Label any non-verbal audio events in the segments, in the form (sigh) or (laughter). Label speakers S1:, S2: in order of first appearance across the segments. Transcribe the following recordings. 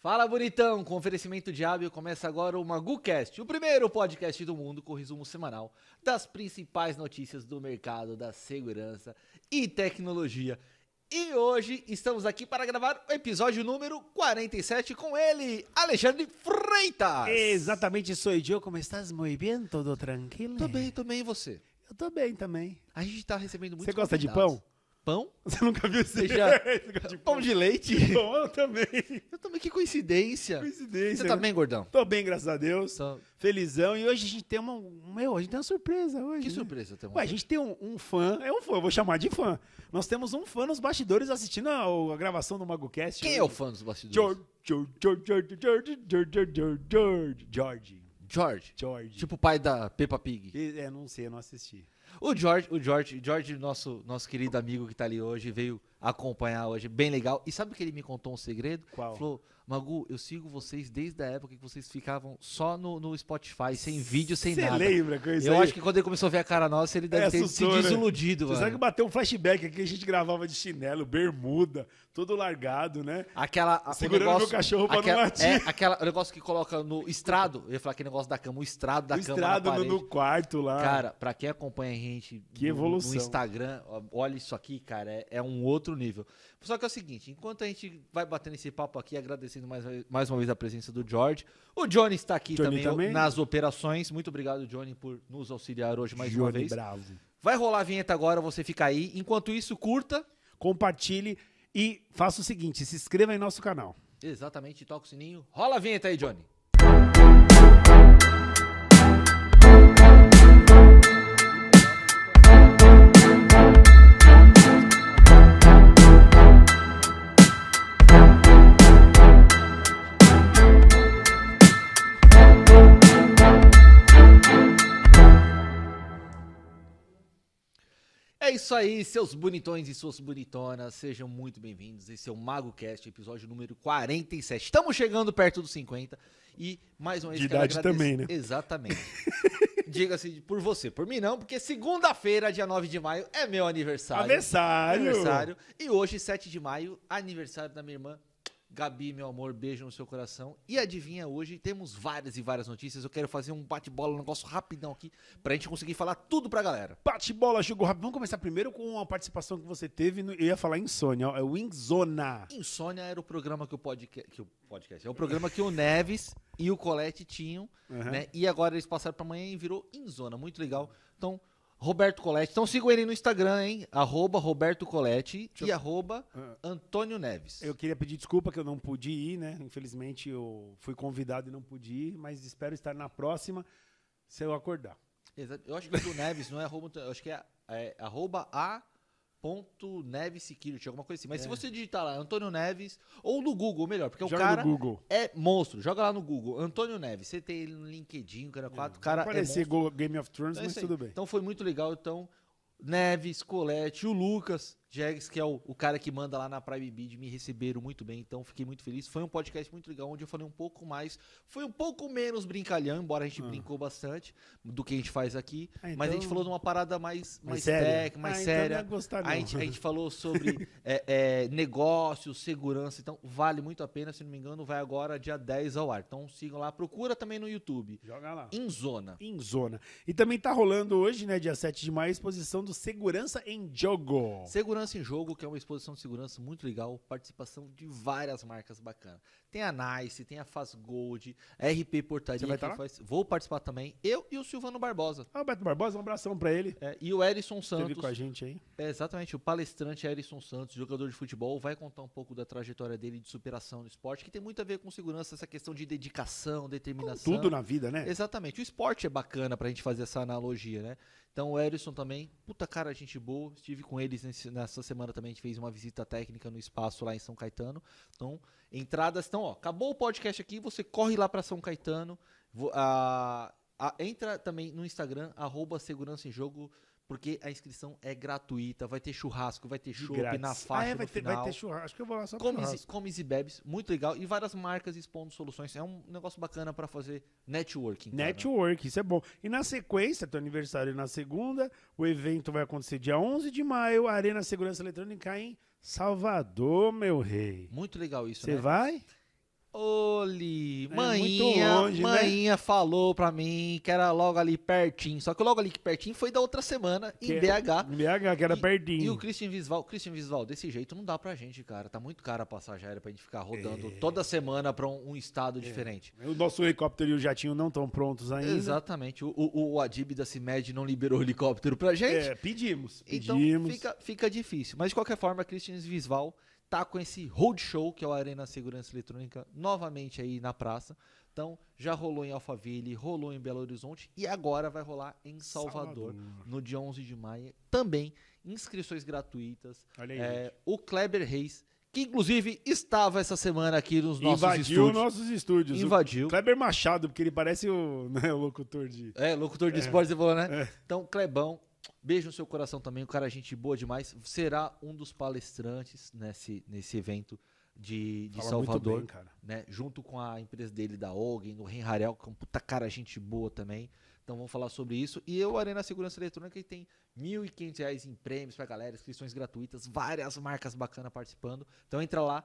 S1: Fala bonitão, com oferecimento de hábil começa agora o MaguCast, o primeiro podcast do mundo com resumo semanal das principais notícias do mercado da segurança e tecnologia. E hoje estamos aqui para gravar o episódio número 47 com ele, Alexandre Freitas.
S2: Exatamente, sou eu. Como estás? Muito bem? Tudo tranquilo?
S1: Tô bem, tô bem, e você?
S2: Eu tô bem também.
S1: A gente tá recebendo muitos
S2: Você gosta de
S1: convidados.
S2: pão? (laughs)
S1: Pão?
S2: Você nunca viu esse?
S1: Já-
S2: (laughs) Você gosta de
S1: Pão de (laughs) leite?
S2: (laughs) Pão, eu também.
S1: Eu também, que coincidência.
S2: Coincidência.
S1: Você tá
S2: né?
S1: bem, gordão?
S2: Tô bem, graças a Deus.
S1: Só-
S2: Felizão. E hoje a gente tem uma. Meu, a gente tem uma surpresa hoje.
S1: Que
S2: né?
S1: surpresa, tamo.
S2: Ué, a gente tem um, um fã, é um fã, eu vou chamar de fã. Nós temos um fã nos bastidores assistindo a, a gravação do MagoCast.
S1: Quem é o fã dos bastidores?
S2: George, George, George, George, George, George, George, George, George,
S1: George.
S2: George.
S1: Tipo o pai da Peppa Pig.
S2: E- É, não sei, eu não assisti.
S1: O George, o George, George, nosso, nosso querido amigo que tá ali hoje, veio acompanhar hoje, bem legal. E sabe que ele me contou um segredo?
S2: Qual?
S1: Falou, Magu, eu sigo vocês desde a época que vocês ficavam só no, no Spotify, sem vídeo, sem nada.
S2: Você lembra com isso
S1: eu
S2: aí?
S1: acho que quando ele começou a ver a cara nossa, ele deve
S2: É,
S1: ter
S2: assustou,
S1: se
S2: né?
S1: desiludido,
S2: Você sabe que
S1: mano.
S2: bateu um flashback aqui, a gente gravava de chinelo, bermuda, todo largado, né?
S1: Aquela. a- o
S2: Segurando
S1: negócio,
S2: meu cachorro pra não
S1: aquela,
S2: latir.
S1: É, aquela, o negócio que coloca no estrado. Eu ia falar aquele negócio da cama, o estrado da
S2: o
S1: cama.
S2: estrado
S1: na
S2: no,
S1: parede.
S2: no quarto lá.
S1: Cara, pra quem acompanha a gente
S2: Que
S1: no-
S2: evolução.
S1: no Instagram, ó, olha isso aqui, cara, é, é um outro nível. Só que é o seguinte, enquanto a gente vai batendo esse papo aqui, agradecendo mais, mais uma vez a presença do George, o Johnny está aqui
S2: Johnny
S1: também, ó,
S2: também?
S1: nas operações. Muito obrigado, Johnny, por nos auxiliar hoje mais uma
S2: Johnny
S1: vez.
S2: Bravo.
S1: Vai rolar a vinheta agora, você fica aí. Enquanto isso, curta.
S2: Compartilhe e faça o seguinte, se inscreva em nosso canal.
S1: Exatamente, toca o sininho. Rola a vinheta aí, Johnny. É isso aí, seus bonitões e suas bonitonas, sejam muito bem-vindos. Esse é o MagoCast, episódio número 47. Estamos chegando perto dos 50 e mais uma vez
S2: De
S1: quero
S2: idade
S1: agradecer-
S2: também, né? (laughs)
S1: Exatamente. Diga-se por você, por mim não, porque segunda-feira, dia 9 de maio, é meu aniversário.
S2: Aniversário!
S1: Aniversário. E hoje, 7 de maio, aniversário da minha irmã. Gabi, meu amor, beijo no seu coração. E adivinha, hoje temos várias e várias notícias. Eu quero fazer um bate-bola, um negócio rapidão aqui, pra gente conseguir falar tudo pra galera.
S2: Bate bola, jogo rápido. Vamos começar primeiro com a participação que você teve, no, eu ia falar insônia, ó, é o Inzona.
S1: Insônia era o programa que o podcast. Que o podcast é o programa que o Neves e o Colette tinham,
S2: Uhum.
S1: né? E agora eles passaram pra manhã e virou Inzona. Muito legal. Então, Roberto Colette. Então sigam ele no Instagram, hein? Arroba Roberto Colette e arroba
S2: Ah.
S1: Antônio Neves.
S2: Eu queria pedir desculpa que eu não pude ir, né? Infelizmente eu fui convidado e não pude ir, mas espero estar na próxima se eu acordar.
S1: Exato. Eu acho que o do Neves não é arroba. Antônio- Eu acho que é, é arroba a. Ponto Neves Security, alguma coisa assim. Mas se você digitar lá, Antônio Neves, ou no Google, melhor, porque
S2: É. Joga
S1: o cara
S2: no Google.
S1: é monstro. Joga lá no Google, Antônio Neves. Você tem ele no LinkedIn, cara, quatro. O cara é
S2: Parecia
S1: monstro.
S2: Go- Game of Thrones,
S1: Então é
S2: mas
S1: isso aí.
S2: tudo bem.
S1: Então foi muito legal. Então, Neves, Colete, o Lucas Jegues, que é o, o cara que manda lá na Prime Bid, me receberam muito bem. Então, fiquei muito feliz. Foi um podcast muito legal, onde eu falei um pouco mais. Foi um pouco menos brincalhão, embora a gente
S2: Ah.
S1: brincou bastante do que a gente faz aqui.
S2: Ah,
S1: Mas a
S2: então-
S1: gente falou de uma parada mais, mais, técnica, mais
S2: Ah, então
S1: séria.
S2: não ia gostar, não.
S1: A gente, a gente falou
S2: (laughs)
S1: sobre é, é, negócios, segurança, então vale muito a pena, se não me engano, vai agora dia 10 ao ar. Então sigam lá, procura também no YouTube.
S2: Joga lá.
S1: Em zona.
S2: Em zona. E também tá rolando hoje, né, dia 7 de maio, a exposição do Segurança em Jogo.
S1: Segurança em Jogo, que é uma exposição de segurança muito legal, participação de várias marcas bacanas. Tem a Nice, tem a Faz Gold, RP Portaria.
S2: Você vai tá
S1: que
S2: lá?
S1: faz- Vou participar também, eu e o Silvano Barbosa.
S2: Alberto Barbosa, um abração pra ele.
S1: É, e o Erison
S2: Esteve
S1: Santos,
S2: com a gente aí.
S1: É, exatamente, o palestrante Erison Santos, jogador de futebol, vai contar um pouco da trajetória dele de superação no esporte, que tem muito a ver com segurança, essa questão de dedicação,
S2: Com
S1: determinação.
S2: tudo na vida, né?
S1: Exatamente. O esporte é bacana pra gente fazer essa analogia, né? Então o Erison também, puta cara, gente boa. Estive com eles nesse- nessa semana também, a gente fez uma visita técnica no espaço lá em São Caetano. Então, entradas estão, ó. Acabou o podcast aqui, você corre lá pra São Caetano. vo- a- a- entra também no Instagram, arroba segurança em jogo, porque a inscrição é gratuita. Vai ter churrasco, vai ter
S2: De
S1: chopp
S2: grátis.
S1: na faixa
S2: Ah, é,
S1: no
S2: vai ter,
S1: final.
S2: vai ter churrasco. Acho que eu vou lá só pra
S1: Comes,
S2: churrasco.
S1: e- comes e bebes, muito legal. E várias marcas expondo soluções. É um negócio bacana pra fazer networking. cara.
S2: Network, isso é bom. E na sequência, teu aniversário é na segunda, o evento vai acontecer dia 11 de maio, Arena Segurança Eletrônica em Salvador, meu rei.
S1: Muito legal isso,
S2: Você
S1: né?
S2: vai?
S1: Ô, Olhe,
S2: É
S1: manhinha,
S2: muito longe, né?
S1: manhinha falou pra mim que era logo ali pertinho. Só que logo ali que pertinho foi da outra semana, em
S2: Que-
S1: BH.
S2: BH, que era pertinho.
S1: Ah. E o Christian Visval, Christian Visval, desse jeito não dá pra gente, cara. Tá muito cara a passagem aérea pra gente ficar
S2: É.
S1: rodando toda semana pra um, um estado diferente.
S2: O nosso helicóptero e o jatinho não estão prontos É. ainda.
S1: Exatamente. O, o, o Adib da CIMED não liberou o helicóptero pra gente.
S2: É, pedimos,
S1: Então
S2: pedimos.
S1: fica, fica difícil. Mas de qualquer forma, Christian Visval tá com esse roadshow, que é o Arena Segurança Eletrônica, novamente aí na praça. Então, já rolou em Alphaville, rolou em Belo Horizonte e agora vai rolar em Salvador, no dia 11 de maio. Também inscrições gratuitas.
S2: Olha aí,
S1: É,
S2: gente.
S1: o Kleber Reis, que inclusive estava essa semana aqui nos nossos
S2: invadiu
S1: estúdios.
S2: nossos estúdios.
S1: Invadiu.
S2: O Kleber Machado, porque ele parece o, (laughs) né, o locutor de.
S1: É, locutor de esportes, você falou, né?
S2: É.
S1: Então, Clebão, beijo no seu coração também, o cara é gente boa demais. Será um dos palestrantes nesse, nesse evento de, de
S2: Fala
S1: Salvador,
S2: muito bem, cara.
S1: né? Junto com a empresa dele da Og, no Renharel, que é um puta cara gente boa também. Então vamos falar sobre isso. E eu, Arena Segurança Eletrônica, que tem R$ 1.500 reais em prêmios pra galera, inscrições gratuitas, várias marcas bacanas participando. Então entra lá,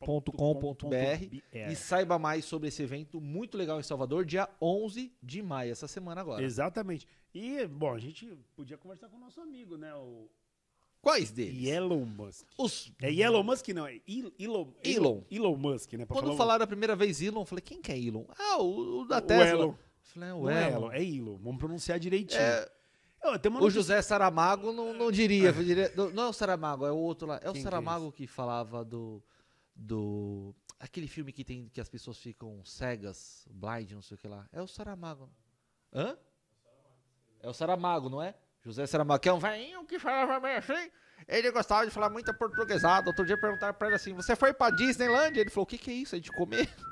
S1: revistasegurançaeletrônica.com.br
S2: É.
S1: e saiba mais sobre esse evento muito legal em Salvador, dia 11 de maio, essa semana agora.
S2: Exatamente. E, bom, a gente podia conversar com o nosso amigo, né? O
S1: Quais deles?
S2: Elon Musk.
S1: Os...
S2: É Elon Musk, não. É Il- Elon,
S1: Uhum. Elon.
S2: Elon Musk, né? pra
S1: Quando
S2: falar o-
S1: falaram a primeira vez Elon, eu falei, quem que é Elon? Ah, o, o da
S2: o
S1: Tesla.
S2: Elon.
S1: Eu falei, é o
S2: Não é
S1: Elon. É.
S2: Elon, é Elon. Vamos pronunciar direitinho. Ó, tem uma
S1: O
S2: notícia-
S1: José Saramago não, não diria, eu diria- não- Não é o Saramago, é o outro lá. É o
S2: Quem que é
S1: Saramago que falava do... do Aquele filme que tem que as pessoas ficam cegas, blind, não sei o que lá. É o Saramago. Hã? É o Saramago, não é? José Saramago, que é um velhinho que falava meio assim. Ele gostava de falar muito portuguesado. Outro dia perguntaram pra ele assim: Você foi pra Disneyland? Ele falou: O que, que é isso? É de comer? (laughs)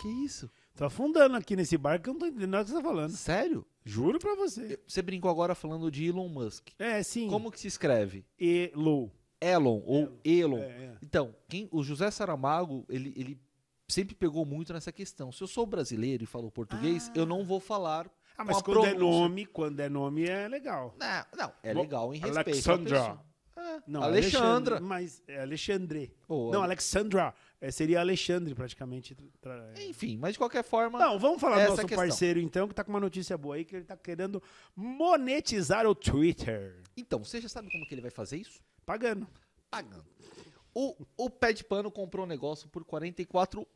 S1: Que isso?
S2: Tô afundando aqui nesse barco que eu não tô entendendo nada que você tá falando.
S1: Sério?
S2: Juro pra você.
S1: Eu- Você brincou agora falando de Elon Musk.
S2: É, sim.
S1: Como que se escreve?
S2: Elon.
S1: Elon ou Elon.
S2: É, é.
S1: Então, quem, o José Saramago, ele, ele sempre pegou muito nessa questão. Se eu sou brasileiro e falo português,
S2: Ah.
S1: eu não vou falar.
S2: Ah, mas
S1: Uma
S2: quando é
S1: pronúncia.
S2: nome, quando é nome é legal.
S1: Não, não é
S2: Bom,
S1: legal em respeito. à
S2: Alexandra.
S1: pessoa. É,
S2: Não,
S1: Alexandra.
S2: Alexandre, mas é Alexandre.
S1: Ou
S2: Não,
S1: Ale-
S2: Alexandra. É, seria Alexandre, praticamente. Tra- é.
S1: Enfim, mas de qualquer forma.
S2: Não, vamos falar
S1: Essa
S2: do nosso
S1: questão.
S2: parceiro, então, que tá com uma notícia boa aí, que ele tá querendo monetizar o Twitter.
S1: Então, você já sabe como que ele vai fazer isso?
S2: Pagando.
S1: Pagando. O, o pé de pano comprou um negócio por 44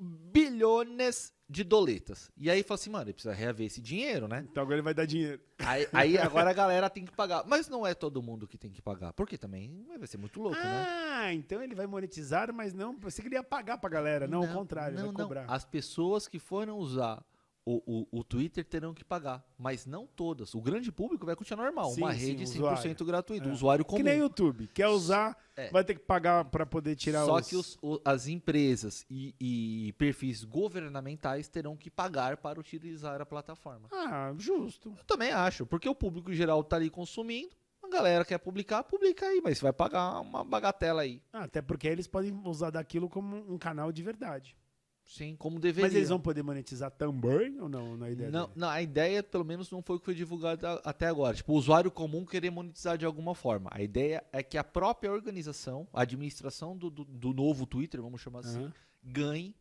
S1: bilhões de doletas. E aí fala assim, mano, ele precisa reaver esse dinheiro, né?
S2: Então agora ele vai dar dinheiro.
S1: Aí, aí agora a galera tem que pagar. Mas não é todo mundo que tem que pagar. Porque também vai ser muito louco, né?
S2: ah, então ele vai monetizar, mas não. Você queria pagar pra galera. Ah, Não, ao contrário,
S1: não,
S2: vai
S1: não.
S2: cobrar.
S1: As pessoas que foram usar o, o, o Twitter terão que pagar, mas não todas. O grande público vai continuar normal.
S2: Sim,
S1: uma
S2: sim,
S1: rede
S2: o
S1: 100%
S2: usuário.
S1: gratuita,
S2: É.
S1: um usuário comum.
S2: Que nem o YouTube. Quer usar,
S1: É.
S2: vai ter que pagar pra poder tirar
S1: Só
S2: os...
S1: que os- o- as empresas e, e perfis governamentais terão que pagar para utilizar a plataforma.
S2: Ah, justo.
S1: Eu também acho, porque o público geral tá ali consumindo, a galera quer publicar, publica aí, mas você vai pagar uma bagatela aí.
S2: Ah, Até porque eles podem usar daquilo como um canal de verdade.
S1: Sim, como deveria.
S2: Mas eles vão poder monetizar também ou não? Na ideia
S1: Não,
S2: dele?
S1: não, a ideia, pelo menos, não foi o que foi divulgado a- até agora. Tipo, o usuário comum querer monetizar de alguma forma. A ideia é que a própria organização, a administração do, do, do novo Twitter, vamos chamar assim,
S2: Aham.
S1: ganhe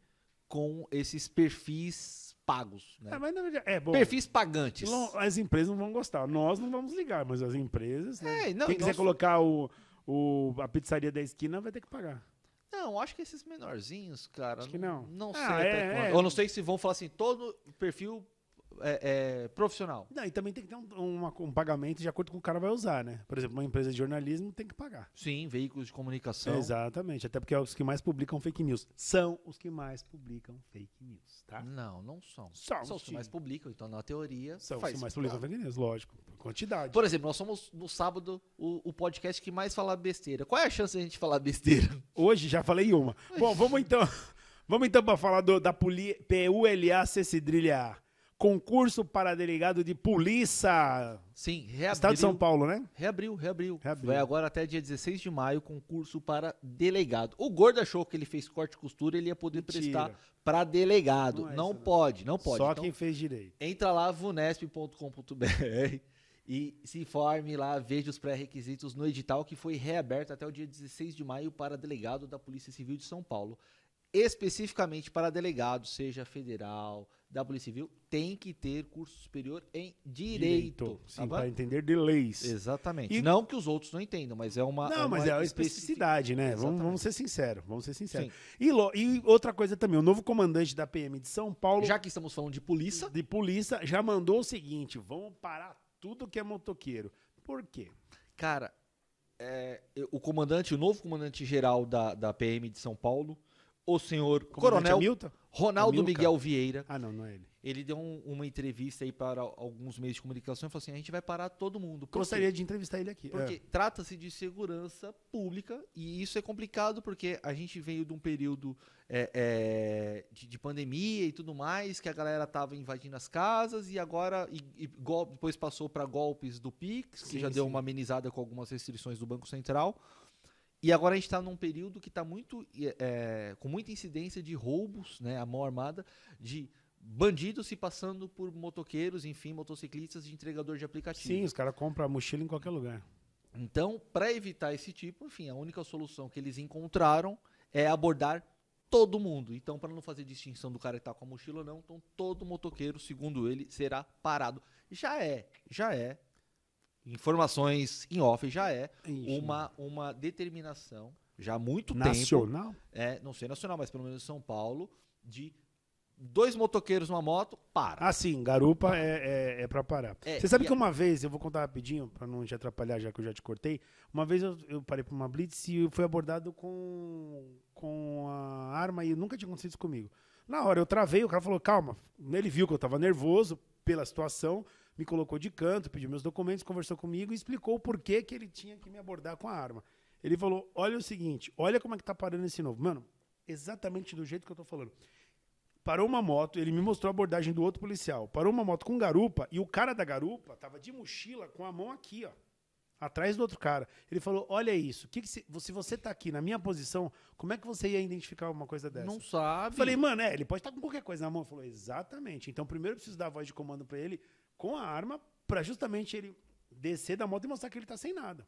S1: com esses perfis pagos. Né?
S2: Ah, mas na verdade, é bom.
S1: perfis pagantes.
S2: Elon, as empresas não vão gostar. Nós não vamos ligar, mas as empresas. Né?
S1: É, não,
S2: Quem
S1: e
S2: quiser
S1: nós-
S2: colocar o, o- a pizzaria da esquina vai ter que pagar.
S1: Não, acho que esses menorzinhos, cara.
S2: Acho que não.
S1: Não
S2: Ah,
S1: sei até
S2: é,
S1: quando.
S2: é.
S1: Eu não sei se vão falar assim, todo perfil é, é, profissional.
S2: Não, e também tem que ter um, uma- um pagamento de acordo com o cara vai usar, né? Por exemplo, uma empresa de jornalismo tem que pagar.
S1: Sim, veículos de comunicação.
S2: Exatamente. Até porque é os que mais publicam fake news são os que mais publicam fake news, tá?
S1: Não, não são.
S2: São,
S1: São os que
S2: sim.
S1: mais publicam, então na teoria.
S2: São os
S1: faz
S2: que mais publicam fake news, lógico. por Quantidade.
S1: Por exemplo, nós somos no sábado o, o podcast que mais fala besteira. Qual é a chance de a gente falar besteira?
S2: Hoje já falei uma. Bom, vamos então. (laughs) Vamos então para falar do, da poli, PULA Cedrilha. Concurso para delegado de polícia.
S1: Sim, reabriu.
S2: Estado de São Paulo, né?
S1: Reabriu, reabriu.
S2: Reabriu.
S1: Vai agora até dia 16 de maio concurso para delegado. O Gordo achou que ele fez corte e costura, ele ia poder
S2: Mentira.
S1: prestar para delegado. Não,
S2: Não é isso, não.
S1: pode, Então, não pode.
S2: Só
S1: Então,
S2: quem fez direito.
S1: entra lá vunesp.com.br E se informe lá, veja os pré-requisitos no edital que foi reaberto até o dia 16 de maio para delegado da Polícia Civil de São Paulo. Especificamente para delegado, seja federal, da Polícia Civil, tem que ter curso superior em direito. tá
S2: Sim,
S1: bom?
S2: para entender de leis.
S1: Exatamente.
S2: E-
S1: Não que os outros não entendam, mas é uma.
S2: Não, mas é a especificidade, né? Vamos,
S1: Exatamente.
S2: vamos ser sinceros, vamos ser sinceros.
S1: Sim.
S2: E, lo- e outra coisa também, o novo comandante da PM de São Paulo,
S1: Já que estamos falando de polícia,
S2: de polícia, já mandou o seguinte, vamos parar tudo que é motoqueiro. Por quê?
S1: cara, é, eu- o comandante, o novo comandante geral da, da PM de São Paulo, o senhor
S2: Comandante
S1: Coronel
S2: Hamilton?
S1: Ronaldo
S2: Hamilcar.
S1: Miguel Vieira,
S2: Ah, não, não é ele.
S1: ele deu um- uma entrevista aí para alguns meios de comunicação e falou assim: a gente vai parar todo mundo. Por quê?
S2: Gostaria de entrevistar ele aqui. É.
S1: Porque trata-se de segurança pública e isso é complicado porque a gente veio de um período é, é, de, de pandemia e tudo mais, que a galera tava invadindo as casas e agora e- e gol- depois passou para golpes do Pix, que
S2: Sim,
S1: já deu
S2: sim.
S1: uma amenizada com algumas restrições do Banco Central. E agora a gente está num período que está muito e- é, com muita incidência de roubos, né, a mão armada, de bandidos se passando por motoqueiros, enfim, motociclistas e entregador de
S2: É.
S1: aplicativo.
S2: Sim, os caras compram a mochila em qualquer lugar.
S1: Então, para evitar esse tipo, enfim, a única solução que eles encontraram é abordar todo mundo. Então, para não fazer distinção do cara que tá com a mochila ou não, então todo motoqueiro, segundo ele, será parado. Já é, já é. Informações em off, já é
S2: Ixi,
S1: uma, uma determinação, já há muito tempo,
S2: Nacional?
S1: é, não sei nacional, mas pelo menos em São Paulo, de dois motoqueiros numa moto, para.
S2: Ah, sim, garupa é, é, é pra parar.
S1: É,
S2: Você sabe
S1: e
S2: que uma vez, eu vou contar rapidinho, pra não te atrapalhar, já que eu já te cortei. Uma vez eu, eu parei pra uma blitz e eu fui abordado com, com a arma e nunca tinha acontecido isso comigo. Na hora eu travei, o cara falou, calma. Ele viu que eu tava nervoso pela situação, me colocou de canto, pediu meus documentos, conversou comigo e explicou o porquê que ele tinha que me abordar com a arma. Ele falou, olha o seguinte, olha como é que tá parando esse novo. Mano, exatamente do jeito que eu tô falando. Parou uma moto, ele me mostrou a abordagem do outro policial. Parou uma moto com garupa e o cara da garupa tava de mochila com a mão aqui, ó. Atrás do outro cara. Ele falou: Olha isso, que que se, se você tá aqui na minha posição, como é que você ia identificar uma coisa dessa?
S1: não sabe.
S2: Eu falei, mano, é, ele pode estar com qualquer coisa na mão. Ele falou, exatamente. Então, primeiro eu preciso dar a voz de comando pra ele com a arma, pra justamente ele descer da moto e mostrar que ele tá sem nada.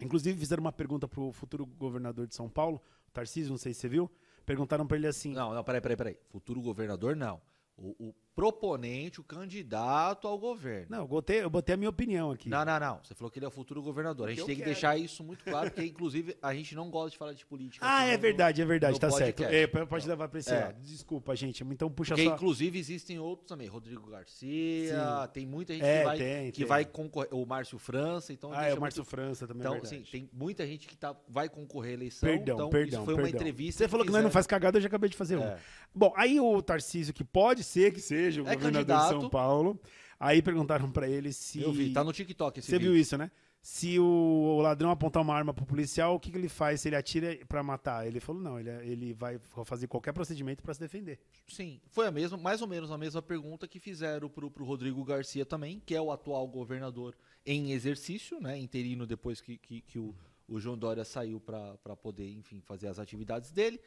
S2: Inclusive, fizeram uma pergunta pro futuro governador de São Paulo, Tarcísio, não sei se você viu. Perguntaram pra ele assim:
S1: Não, não, peraí, peraí, peraí. Futuro governador, não. O, o proponente, o candidato ao governo.
S2: Não, eu botei, eu botei a minha opinião aqui.
S1: Não, não, não. Você falou que ele é o futuro governador. A gente
S2: Eu
S1: tem que
S2: quero.
S1: deixar isso muito claro, porque, inclusive, a gente não gosta de falar de política.
S2: ah,
S1: aqui
S2: é
S1: no-
S2: verdade, é verdade,
S1: no
S2: tá
S1: podcast.
S2: certo. É, pode levar pra esse
S1: É.
S2: lado. Desculpa, gente. Então puxa
S1: Porque,
S2: só.
S1: inclusive, existem outros também. Rodrigo Garcia, tem muita gente
S2: É,
S1: que, vai,
S2: tem,
S1: que
S2: tem.
S1: vai concorrer. O Márcio França, então.
S2: Ah, é
S1: deixa
S2: o Márcio
S1: muito-
S2: França também. é
S1: Então,
S2: verdade.
S1: sim, tem muita gente que tá, vai concorrer à eleição.
S2: Perdão,
S1: então,
S2: perdão,
S1: Isso foi uma
S2: perdão.
S1: entrevista.
S2: Você falou que nós não faz cagada, eu já acabei de fazer uma.
S1: É.
S2: Bom, aí o Tarcísio, que pode ser que seja o
S1: É
S2: governador de São
S1: candidato.
S2: Paulo, aí perguntaram pra ele se.
S1: Eu vi, tá no TikTok esse
S2: Você
S1: vídeo.
S2: viu isso, né? Se o ladrão apontar uma arma pro policial, o que, que ele faz? Se ele atira pra matar? Ele falou, não, ele, é, ele vai fazer qualquer procedimento pra se defender.
S1: Sim, foi a mesma, mais ou menos a mesma pergunta que fizeram pro, pro Rodrigo Garcia também, que é o atual governador em exercício, né? Interino depois que, que, que o, o João Dória saiu para poder, enfim, fazer as atividades dele,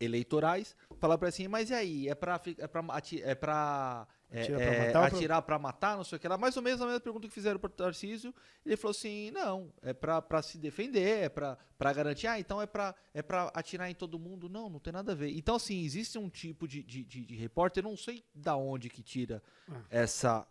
S1: eleitorais. Falar para assim, mas e aí? É para é pra, ati- é pra, é,
S2: Atira pra
S1: é,
S2: matar ou pra-
S1: atirar para matar, não sei o que lá. Mais ou menos a mesma pergunta que fizeram para Tarcísio. Ele falou assim, não, é para se defender, é para garantir. Ah, então é para é pra atirar em todo mundo. Não, não tem nada a ver. Então, assim, existe um tipo de, de, de, de repórter, não sei da onde que tira
S2: Ah.
S1: essa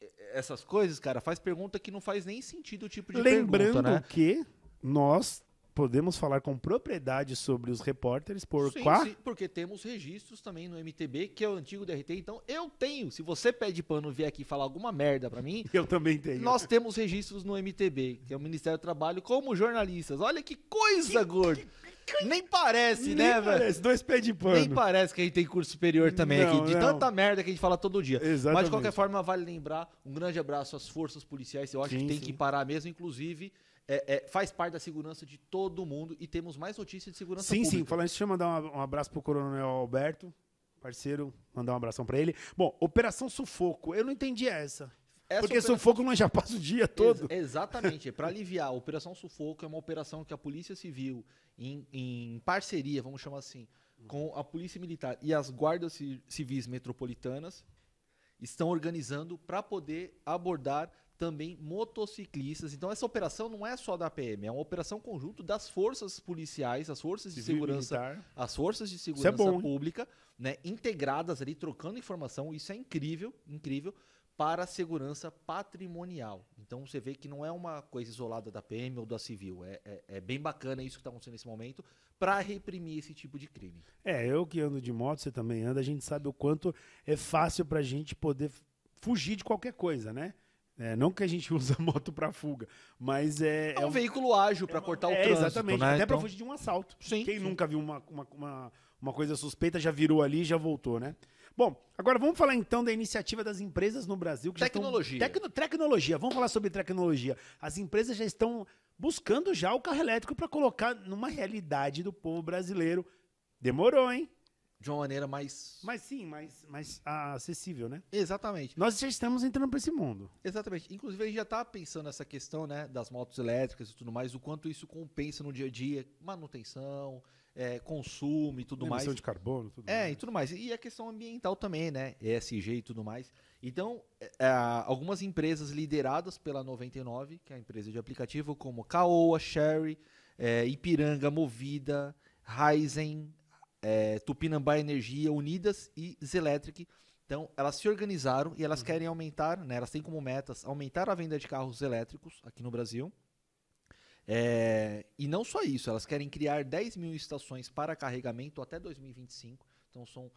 S1: eh, essas coisas, cara, faz pergunta que não faz nem sentido o tipo de
S2: Lembrando
S1: pergunta, né?
S2: que nós podemos falar com propriedade sobre os repórteres por
S1: Sim,
S2: quá?
S1: sim, porque temos registros também no MTB, que é o antigo DRT. Então, eu tenho. Se você pede pano vier aqui falar alguma merda pra mim,
S2: (laughs) Eu também tenho.
S1: nós temos registros no MTB, que é o Ministério do Trabalho, como jornalistas. Olha que coisa, gordo! Nem parece,
S2: Nem
S1: né, velho?
S2: parece, dois pés de
S1: Nem
S2: pano.
S1: parece que a gente tem curso superior também
S2: Não,
S1: aqui, de
S2: não.
S1: tanta merda que a gente fala todo dia.
S2: Exatamente.
S1: Mas de qualquer forma, vale lembrar, um grande abraço às forças policiais, eu acho
S2: Sim,
S1: que tem
S2: sim.
S1: que parar mesmo, inclusive, é- é, faz parte da segurança de todo mundo e temos mais notícias de segurança
S2: Sim, sim.
S1: pública.
S2: Falando isso, deixa eu mandar um um abraço pro Coronel Alberto, parceiro, mandar um abração pra ele. Bom, Operação Sufoco, eu não entendi essa.
S1: Essa é
S2: porque
S1: operação-
S2: Sufoco não já passa o dia todo.
S1: Ex- exatamente. Para aliviar, a Operação Sufoco é uma operação que a Polícia Civil, em, em parceria, vamos chamar assim, com a Polícia Militar e as guardas ci- civis metropolitanas, estão organizando para poder abordar também motociclistas. Então essa operação não é só da PM, é uma operação conjunto das forças policiais, as forças de segurança
S2: Militar.
S1: as forças de segurança
S2: é bom, hein?
S1: pública, né, integradas ali, trocando informação, isso é incrível, incrível, para a segurança patrimonial. Então você vê que não é uma coisa isolada da PM ou da civil, é, é- é bem bacana isso que está acontecendo nesse momento, para reprimir esse tipo de crime.
S2: É, eu que ando de moto, você também anda, a gente sabe o quanto é fácil pra gente poder fugir de qualquer coisa, né? É, não que a gente (laughs) usa a moto pra fuga, mas é.
S1: É um
S2: um-
S1: veículo ágil para cortar o
S2: é,
S1: trânsito,
S2: Exatamente,
S1: né?
S2: até pra
S1: Então,
S2: fugir de um assalto.
S1: Sim,
S2: Quem
S1: sim.
S2: nunca viu uma, uma, uma, uma coisa suspeita já virou ali e já voltou, né? Bom, agora vamos falar então da iniciativa das empresas no Brasil. Que já estão-
S1: Tecnologia.
S2: Tecno- tecnologia, vamos falar sobre tecnologia. As empresas já estão buscando já o carro elétrico para colocar numa realidade do povo brasileiro. Demorou, hein?
S1: de uma maneira mais...
S2: Mas sim, mais, mais ah, acessível, né?
S1: Exatamente.
S2: Nós já estamos entrando para esse mundo.
S1: Exatamente. Inclusive, a gente já tá pensando nessa questão, né, das motos elétricas e tudo mais, o quanto isso compensa no dia a dia, manutenção, eh, consumo e tudo mais.
S2: Emissão de carbono, tudo
S1: É, e
S2: mais.
S1: tudo mais. E a questão ambiental também, né? ESG e tudo mais. Então, eh, ah, algumas empresas lideradas pela 99, que é a empresa de aplicativo, como Caoa, Sherry, eh, Ipiranga, Movida, Raizen, eh, Tupinambá Energia, Unidas e Zelétric. Então, elas se organizaram e
S2: Uhum.
S1: elas querem aumentar, né? Elas têm como metas aumentar a venda de carros elétricos aqui no Brasil. É, e não só isso, elas querem criar 10 mil estações para carregamento até 2025. Então são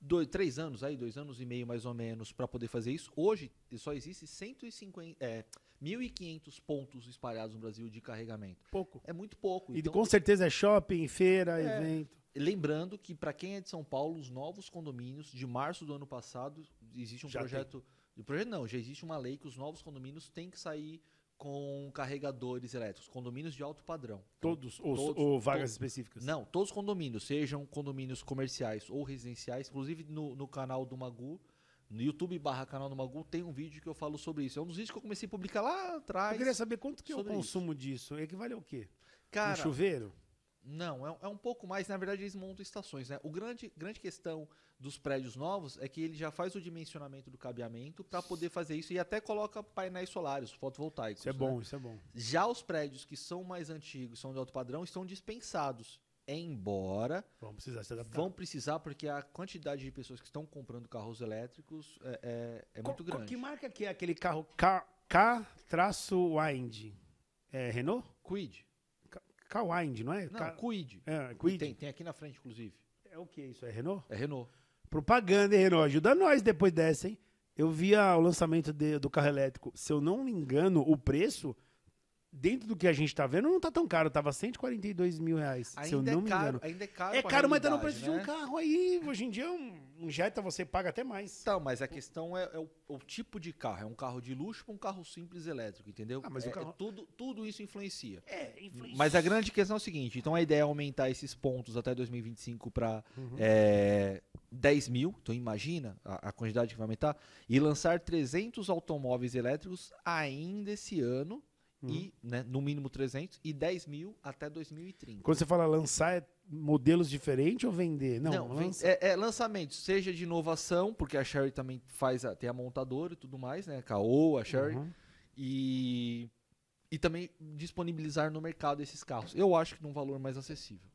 S1: dois, três anos aí, dois anos e meio mais ou menos para poder fazer isso. Hoje só existe 150, é, 1.500 pontos espalhados no Brasil de carregamento.
S2: pouco.
S1: É muito pouco.
S2: E
S1: Então,
S2: com certeza é shopping, feira,
S1: É.
S2: evento.
S1: Lembrando que para quem é de São Paulo, os novos condomínios de março do ano passado existe um
S2: Já
S1: projeto, um projeto não, já existe uma lei que os novos condomínios têm que sair com carregadores elétricos, condomínios de alto padrão. Então,
S2: Todos, ou,
S1: Todos,
S2: ou vagas
S1: todos.
S2: específicas.
S1: Não, todos os condomínios, sejam condomínios comerciais ou residenciais, inclusive no, no canal do Magu, no YouTube barra canal do Magu, tem um vídeo que eu falo sobre isso. É um dos vídeos que eu comecei a publicar lá
S2: Eu
S1: atrás.
S2: queria saber quanto que é o
S1: sobre isso.
S2: consumo disso. Equivale ao quê? um
S1: Cara,
S2: chuveiro?
S1: não, é, um- é um pouco mais. Na verdade, eles montam estações, né? O grande, grande questão dos prédios novos é que ele já faz o dimensionamento do cabeamento para poder fazer isso e até coloca painéis solares, fotovoltaicos.
S2: Isso é
S1: né?
S2: bom, isso é bom.
S1: Já os prédios que são mais antigos, são de alto padrão, estão dispensados. Embora
S2: Vamos precisar se adaptar.
S1: vão precisar porque a quantidade de pessoas que estão comprando carros elétricos é, é- é
S2: Qual-
S1: muito
S2: qual-
S1: grande.
S2: Que marca que é aquele carro K- K-Wind? É Renault?
S1: Quid?
S2: K-Wind, não é?
S1: Não,
S2: K-
S1: Quid.
S2: é, Kwid?
S1: Tem, tem aqui na frente, inclusive.
S2: É o que isso? É Renault?
S1: É Renault.
S2: Propaganda, hein, Renault? Ajuda nós depois dessa, hein? Eu via o lançamento de- do carro elétrico. Se eu não me engano, o preço, dentro do que a gente tá vendo, não tá tão caro. Tava 142 mil reais. se eu
S1: Ainda
S2: não
S1: é
S2: me
S1: caro,
S2: engano.
S1: ainda é caro.
S2: É
S1: pra
S2: caro, mas tá no
S1: realidade,
S2: preço de
S1: né?
S2: um carro aí. Hoje em dia, um, um Jetta você paga até mais.
S1: Então, mas a questão é, é o, o tipo de carro. É um carro de luxo para um carro simples elétrico, entendeu?
S2: Ah, mas o
S1: É- é
S2: carro-
S1: tudo, tudo isso influencia.
S2: É, influencia.
S1: Mas a grande questão é o seguinte: então a ideia é aumentar esses pontos até 2025 para
S2: Uhum.
S1: 10 é, mil, então imagina a, a quantidade que vai aumentar, e lançar 300 automóveis elétricos ainda esse ano, e
S2: Uhum.
S1: né, no mínimo 300, e 10 mil até 2030.
S2: Quando você fala lançar, é modelos diferentes ou vender? Não,
S1: vem-
S2: lança-
S1: é, é lançamento, seja de inovação, porque a Sherry também faz, a, tem a montadora e tudo mais, né? A Caoa, a Sherry,
S2: Uhum.
S1: e, e também disponibilizar no mercado esses carros. Eu acho que num valor mais acessível.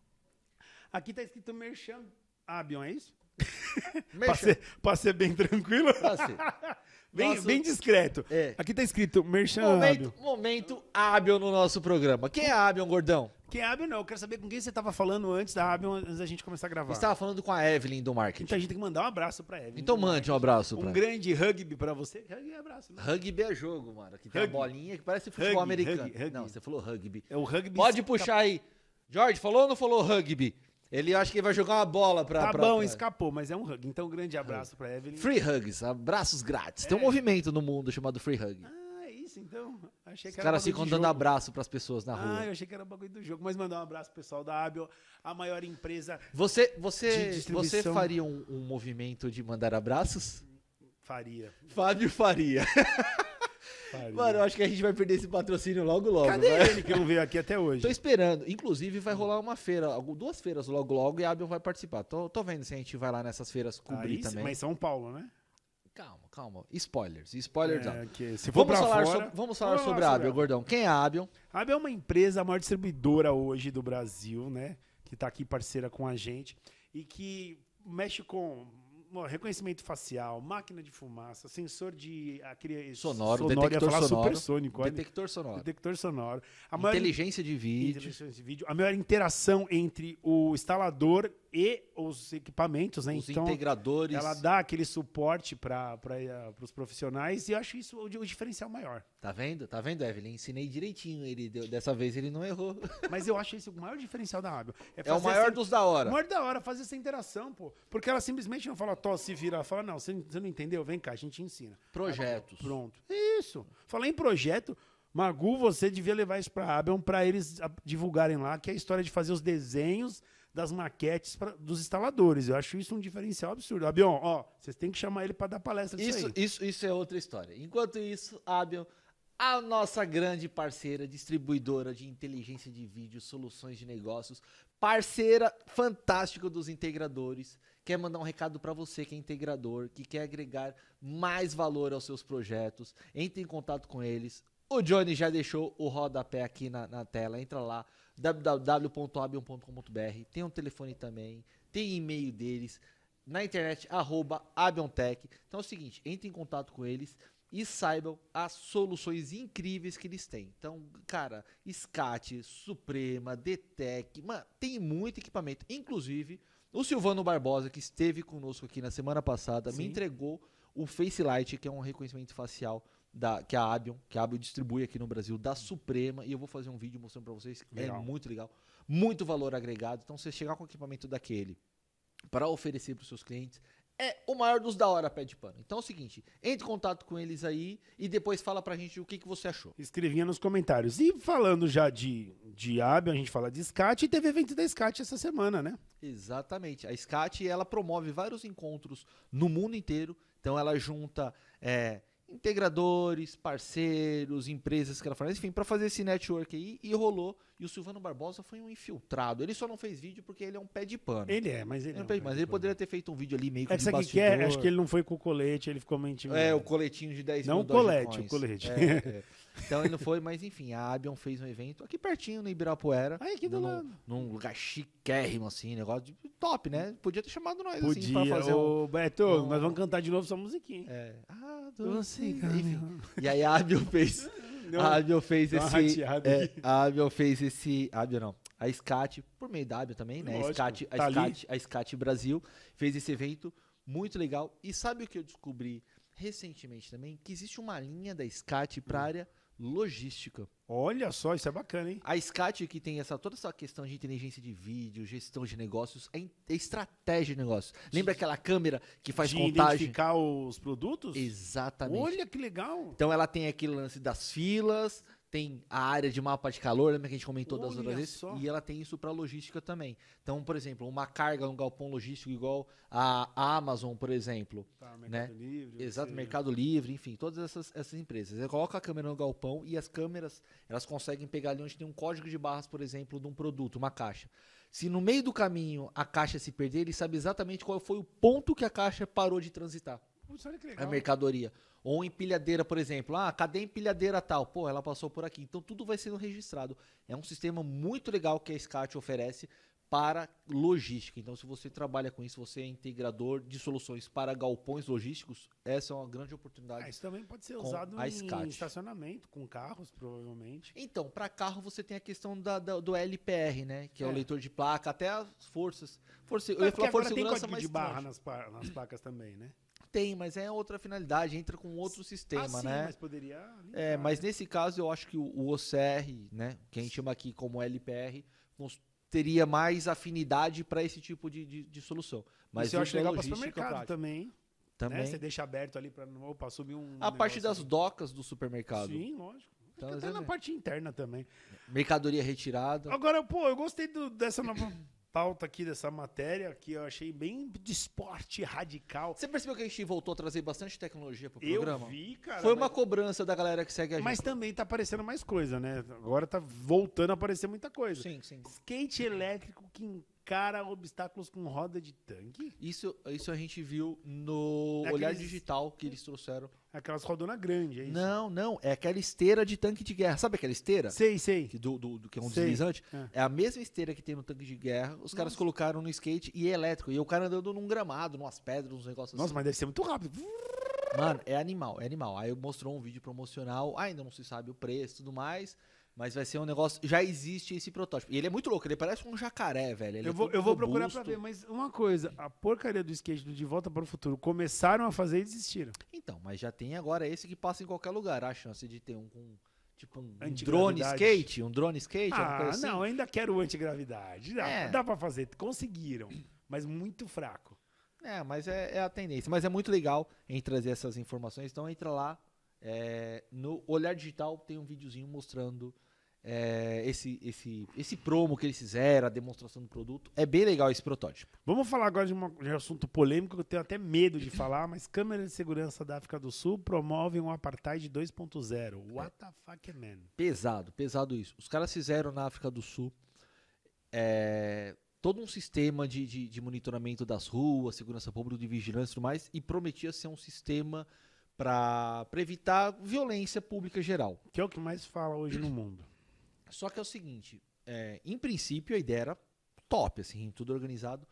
S2: Aqui tá escrito Merchan Abion, é isso? Pra
S1: Merchan,
S2: ser, pra ser bem tranquilo.
S1: pra ser.
S2: bem,
S1: Nosso-
S2: bem discreto.
S1: Assim, É.
S2: Aqui tá escrito Merchan Abion.
S1: Momento, momento hábil no nosso programa. Quem é hábil, gordão?
S2: Quem é Abion não, eu quero saber com quem você tava falando antes da Abion, antes da gente começar a gravar.
S1: Estava falando com a Evelyn do marketing.
S2: Então a gente tem que mandar um abraço pra Evelyn.
S1: Então mande um abraço pra
S2: Um grande rugby pra você. Rugby é abraço. né?
S1: Rugby é jogo, mano. Que tem
S2: Rugby.
S1: a bolinha que parece futebol
S2: Rugby,
S1: americano.
S2: rugby, rugby.
S1: Não, você falou rugby.
S2: É o rugby.
S1: Pode puxar aí. Jorge, falou ou não falou rugby? Ele acha que ele vai jogar uma bola pra.
S2: Tá
S1: pra-
S2: bom,
S1: pra-
S2: escapou, mas é um rugby. Então um grande abraço pra Evelyn.
S1: Free hugs, abraços grátis. Tem um movimento no mundo chamado free hug.
S2: É. Ah, é isso então. Achei
S1: Os
S2: que era
S1: caras
S2: bagulho
S1: ficam
S2: de
S1: dando
S2: jogo.
S1: abraço pras pessoas na rua.
S2: Ah, eu achei que era bagulho do jogo. Mas mandar um abraço pro pessoal da Abel, a maior empresa.
S1: Você,
S2: De
S1: você,
S2: distribuição.
S1: você faria um, um movimento de mandar abraços?
S2: Faria.
S1: Fábio faria.
S2: faria.
S1: Mano, eu acho que a gente vai perder esse patrocínio logo logo.
S2: Cadê
S1: vai?
S2: ele que não veio aqui até hoje?
S1: Tô esperando. Inclusive, vai rolar uma feira, algu- duas feiras logo logo, e a Abel vai participar. Tô, tô vendo se a gente vai lá nessas feiras
S2: Aí
S1: cobrir
S2: sim,
S1: também.
S2: Mas São Paulo, né?
S1: Calma, calma. Spoilers, spoilers.
S2: É,
S1: out.
S2: que se for
S1: então. Vamos
S2: pra
S1: falar,
S2: fora...
S1: sobre, vamos falar
S2: vamos
S1: sobre
S2: falar
S1: a
S2: sobre
S1: Abion,
S2: ela.
S1: gordão. Quem é a Abion?
S2: A Abel é uma empresa, a maior distribuidora hoje do Brasil, né? Que tá aqui parceira com a gente e que mexe com ó, reconhecimento facial, máquina de fumaça, sensor de aquele
S1: Sonoro,
S2: ia
S1: detector
S2: falar
S1: sonoro.
S2: supersônico, olha,
S1: Detector sonoro.
S2: detector sonoro. A maior
S1: Inteligência de vídeo.
S2: inteligência de vídeo, a maior interação entre o instalador e os equipamentos, né?
S1: Os
S2: então,
S1: integradores.
S2: ela dá aquele suporte para os profissionais e eu acho isso o, di- o diferencial maior.
S1: Tá vendo? Tá vendo, Evelyn? Ensinei direitinho. Ele deu- dessa vez ele não errou.
S2: Mas eu acho esse o maior diferencial da Abel.
S1: É o
S2: fazer assim,
S1: maior
S2: essa
S1: dos da hora.
S2: Maior da hora fazer essa interação, pô. Porque ela simplesmente não fala, Tó, se vira. Ela fala, não, você você não entendeu? Vem cá, a gente ensina.
S1: Projetos.
S2: Pronto. É Isso. Falar em projeto, Magu, você devia levar isso pra Abion pra eles ah, divulgarem lá, que é a história de fazer os desenhos das maquetes pra- dos instaladores. Eu acho isso um diferencial absurdo. Abion, ó, vocês têm que chamar ele pra dar palestra disso
S1: Isso,
S2: aí.
S1: isso, isso é outra história. Enquanto isso, Abion, a nossa grande parceira, distribuidora de inteligência de vídeo, soluções de negócios, parceira fantástica dos integradores, quer mandar um recado para você que é integrador, que quer agregar mais valor aos seus projetos, entre em contato com eles. O Johnny já deixou o rodapé aqui na, na tela, entra lá, www.abion.com.br, tem um telefone também, tem e-mail deles, na internet, arroba Abiontech. Então é o seguinte, entre em contato com eles e saibam as soluções incríveis que eles têm. Então, cara, SCAT, Suprema, Detec, mano, tem muito equipamento. Inclusive, o Silvano Barbosa, que esteve conosco aqui na semana passada, me
S2: Sim.
S1: entregou o Face Light, que é um reconhecimento facial da, que a Abion, que a Abion distribui aqui no Brasil, da Suprema, e eu vou fazer um vídeo mostrando pra vocês, é
S2: Legal.
S1: muito legal, muito valor agregado, então você chegar com o equipamento daquele para oferecer para os seus clientes, é o maior dos da hora pé de pano. Então é o seguinte, entre em contato com eles aí e depois fala pra gente o que, que você achou.
S2: Escrevinha nos comentários. E falando já de, de Abion, a gente fala de SCAT e teve evento da SCAT essa semana, né?
S1: Exatamente. A SCAT ela promove vários encontros no mundo inteiro. Então ela junta é, integradores, parceiros, empresas que ela faz, enfim, para fazer esse network aí e rolou. E o Silvano Barbosa foi um infiltrado. Ele só não fez vídeo porque ele é um pé de pano.
S2: Ele é, mas ele
S1: Ele é um
S2: é
S1: pé de
S2: um
S1: pano. Mas ele poderia ter feito um vídeo ali meio que
S2: É que
S1: de
S2: sabe o que que
S1: bastidor.
S2: é? Acho que ele não foi com o colete, ele ficou meio intimidado.
S1: É, o coletinho de 10
S2: Não
S1: mil
S2: o colete,
S1: Dogecoins.
S2: o colete. (laughs)
S1: É, é. (laughs) Então ele não foi, mas enfim, a Abion fez um evento aqui pertinho, no Ibirapuera.
S2: Aí aqui do
S1: num,
S2: lado.
S1: Num lugar chiquérrimo, assim, negócio de top, né? Podia ter chamado nós, assim,
S2: Podia.
S1: pra fazer um...
S2: Ô, Beto,
S1: um-
S2: nós vamos cantar de novo essa musiquinha. hein?
S1: É. Ah,
S2: Doce
S1: doce.
S2: caramelo.
S1: Enfim, e aí a Abion fez...
S2: Deu
S1: a
S2: uma-
S1: Abion fez
S2: deu Ah, uma
S1: esse...
S2: rateada
S1: é,
S2: aqui.
S1: a Abion fez esse... A Abion não. A SCAT, por meio da Abion também, né? A
S2: Lógico,
S1: SCAT, a,
S2: tá ali.
S1: SCAT, a SCAT Brasil fez esse evento muito legal. E sabe o que eu descobri recentemente também? Que existe uma linha da SCAT
S2: Hum.
S1: para área logística.
S2: Olha só, isso é bacana, hein?
S1: A SCAT, que tem essa, toda essa questão de inteligência de vídeo, gestão de negócios, é, in- é estratégia de negócios. Lembra aquela câmera que faz
S2: de
S1: contagem?
S2: identificar os produtos?
S1: Exatamente.
S2: Olha que legal.
S1: Então ela tem aquele lance das filas, tem a área de mapa de calor, lembra que a gente comentou das
S2: Olha
S1: outras vezes?
S2: só.
S1: E ela tem isso para logística também. Então, por exemplo, uma carga, um galpão logístico igual a a Amazon, por exemplo.
S2: Tá,
S1: Mercado
S2: Livre.
S1: Né? Exato, Mercado Livre, enfim, todas essas, essas empresas. Você coloca a câmera no galpão e as câmeras elas conseguem pegar ali onde tem um código de barras, por exemplo, de um produto, uma caixa. Se no meio do caminho a caixa se perder, ele sabe exatamente qual foi o ponto que a caixa parou de transitar
S2: Putz, olha que
S1: a
S2: legal.
S1: mercadoria. Ou empilhadeira, por exemplo. Ah, cadê a empilhadeira tal? Pô, ela passou por aqui. Então tudo vai sendo registrado. É um sistema muito legal que a SCAT oferece para logística. Então, se você trabalha com isso, você é integrador de soluções para galpões logísticos, essa é uma grande
S2: Ah,
S1: oportunidade.
S2: isso também pode ser
S1: Com
S2: usado
S1: a SCAT.
S2: em estacionamento, com carros, provavelmente.
S1: Então, para carro você tem a questão da- da- do LPR, né? Que é, o
S2: É.
S1: leitor de placa, até as forças. Força, eu
S2: Mas
S1: ia
S2: É, porque
S1: falar força e
S2: agora tem
S1: segurança,
S2: código
S1: mas
S2: de barra né?
S1: não,
S2: nas, pa- nas placas também, né?
S1: tem, mas é outra finalidade, entra com outro sistema,
S2: ah, sim,
S1: né?
S2: mas poderia...
S1: É,
S2: linkar.
S1: mas nesse caso eu acho que o, o OCR, né, que a gente chama aqui como LPR, cons- teria mais afinidade para esse tipo de, de- de solução. Mas
S2: Isso eu acho legal para
S1: logística
S2: supermercado
S1: prática.
S2: também, né?
S1: também.
S2: Você deixa aberto ali para não... Opa, subir um...
S1: a parte
S2: negócio
S1: das
S2: aqui.
S1: docas do supermercado,
S2: Sim, lógico.
S1: Então,
S2: Até
S1: você
S2: na
S1: vê. Então-
S2: parte interna também.
S1: mercadoria retirada.
S2: Agora, pô, eu gostei do- dessa nova (coughs) pauta aqui, dessa matéria, que eu achei bem de esporte radical.
S1: Você percebeu que a gente voltou a trazer bastante tecnologia para o
S2: eu
S1: programa?
S2: vi, cara.
S1: Foi uma
S2: mas,
S1: cobrança da galera que segue a gente.
S2: mas também tá aparecendo mais coisa, né? Agora tá voltando a aparecer muita coisa.
S1: sim, sim.
S2: Skate elétrico que encara obstáculos com roda de tanque?
S1: Isso, isso a gente viu no
S2: É
S1: olhar
S2: aqueles-
S1: digital que eles trouxeram.
S2: Aquelas rodonas grandes, é isso?
S1: Não, não. É aquela esteira de tanque de guerra. Sabe aquela esteira?
S2: Sei, sei.
S1: Que do, do- do que é um
S2: Sei.
S1: deslizante?
S2: Ah.
S1: É a mesma esteira que tem no tanque de guerra. Os caras colocaram no skate e é elétrico. E o cara andando num gramado, numas pedras, uns negócios
S2: Nossa, mas deve ser muito rápido.
S1: Mano, é animal, é animal. Aí mostrou um vídeo promocional, ainda não se sabe o preço e tudo mais, mas vai ser um negócio. Já existe esse protótipo. E ele é muito louco, ele parece um jacaré, velho. Ele é
S2: Eu vou,
S1: todo
S2: eu vou procurar
S1: robusto.
S2: pra ver, mas uma coisa, a porcaria do skate do De Volta para o Futuro começaram a fazer e desistiram.
S1: Então, mas já tem agora esse que passa em qualquer lugar. A chance de ter um com. Tipo um, um drone
S2: Antigravidade.
S1: skate, um drone skate, alguma
S2: Ah,
S1: coisa assim.
S2: não, ainda quero o antigravidade. Dá,
S1: É.
S2: dá pra fazer, conseguiram, mas muito fraco.
S1: É, mas é, é a tendência. Mas é muito legal em trazer essas informações. Então entra lá. é, no Olhar Digital tem um videozinho mostrando é, esse, esse, esse promo que eles fizeram, a demonstração do produto. É bem legal esse protótipo.
S2: Vamos falar agora de, uma- de um assunto polêmico que eu tenho até medo de falar, mas câmera de segurança da África do Sul promove um apartheid 2.0. What the fuck, man?
S1: Pesado, pesado isso. Os caras fizeram na África do Sul é, todo um sistema de, de, de monitoramento das ruas, segurança pública, de vigilância e tudo mais, e prometia ser um sistema para evitar violência pública geral.
S2: Que é o que mais fala hoje no mundo.
S1: Só que é o seguinte, é, em princípio a ideia era top, assim, tudo organizado.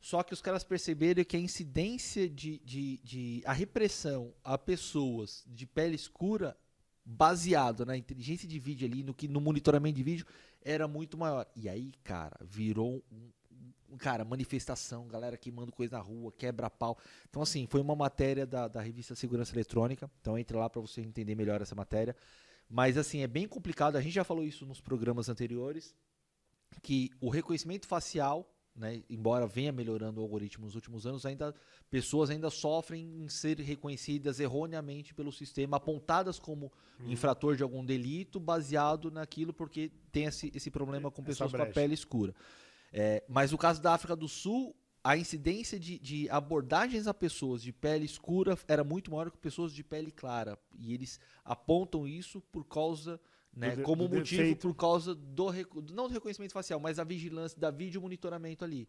S1: Só que os caras perceberam que a incidência de, de, de- a repressão a pessoas de pele escura, baseado na inteligência de vídeo ali, no, que, no monitoramento de vídeo, era muito maior. E aí, cara, virou um, um- cara, manifestação, galera queimando coisa na rua, quebra pau. Então, assim, foi uma matéria da, da revista Segurança Eletrônica. Então entre lá para você entender melhor essa matéria. Mas assim, é bem complicado. A gente já falou isso nos programas anteriores, que o reconhecimento facial, né, embora venha melhorando o algoritmo nos últimos anos, ainda pessoas ainda sofrem em ser reconhecidas erroneamente pelo sistema, apontadas como
S2: Uhum.
S1: infrator de algum delito, baseado naquilo, porque tem esse, esse problema com
S2: É, Essa
S1: pessoas com a
S2: brecha.
S1: pele escura. É, mas o caso da África do Sul, a incidência de, de abordagens a pessoas de pele escura era muito maior que pessoas de pele clara. E eles apontam isso por causa, né,
S2: Do de-
S1: como
S2: do
S1: motivo
S2: defeito.
S1: por causa do recu- não do reconhecimento facial, mas da vigilância, da vídeo monitoramento ali.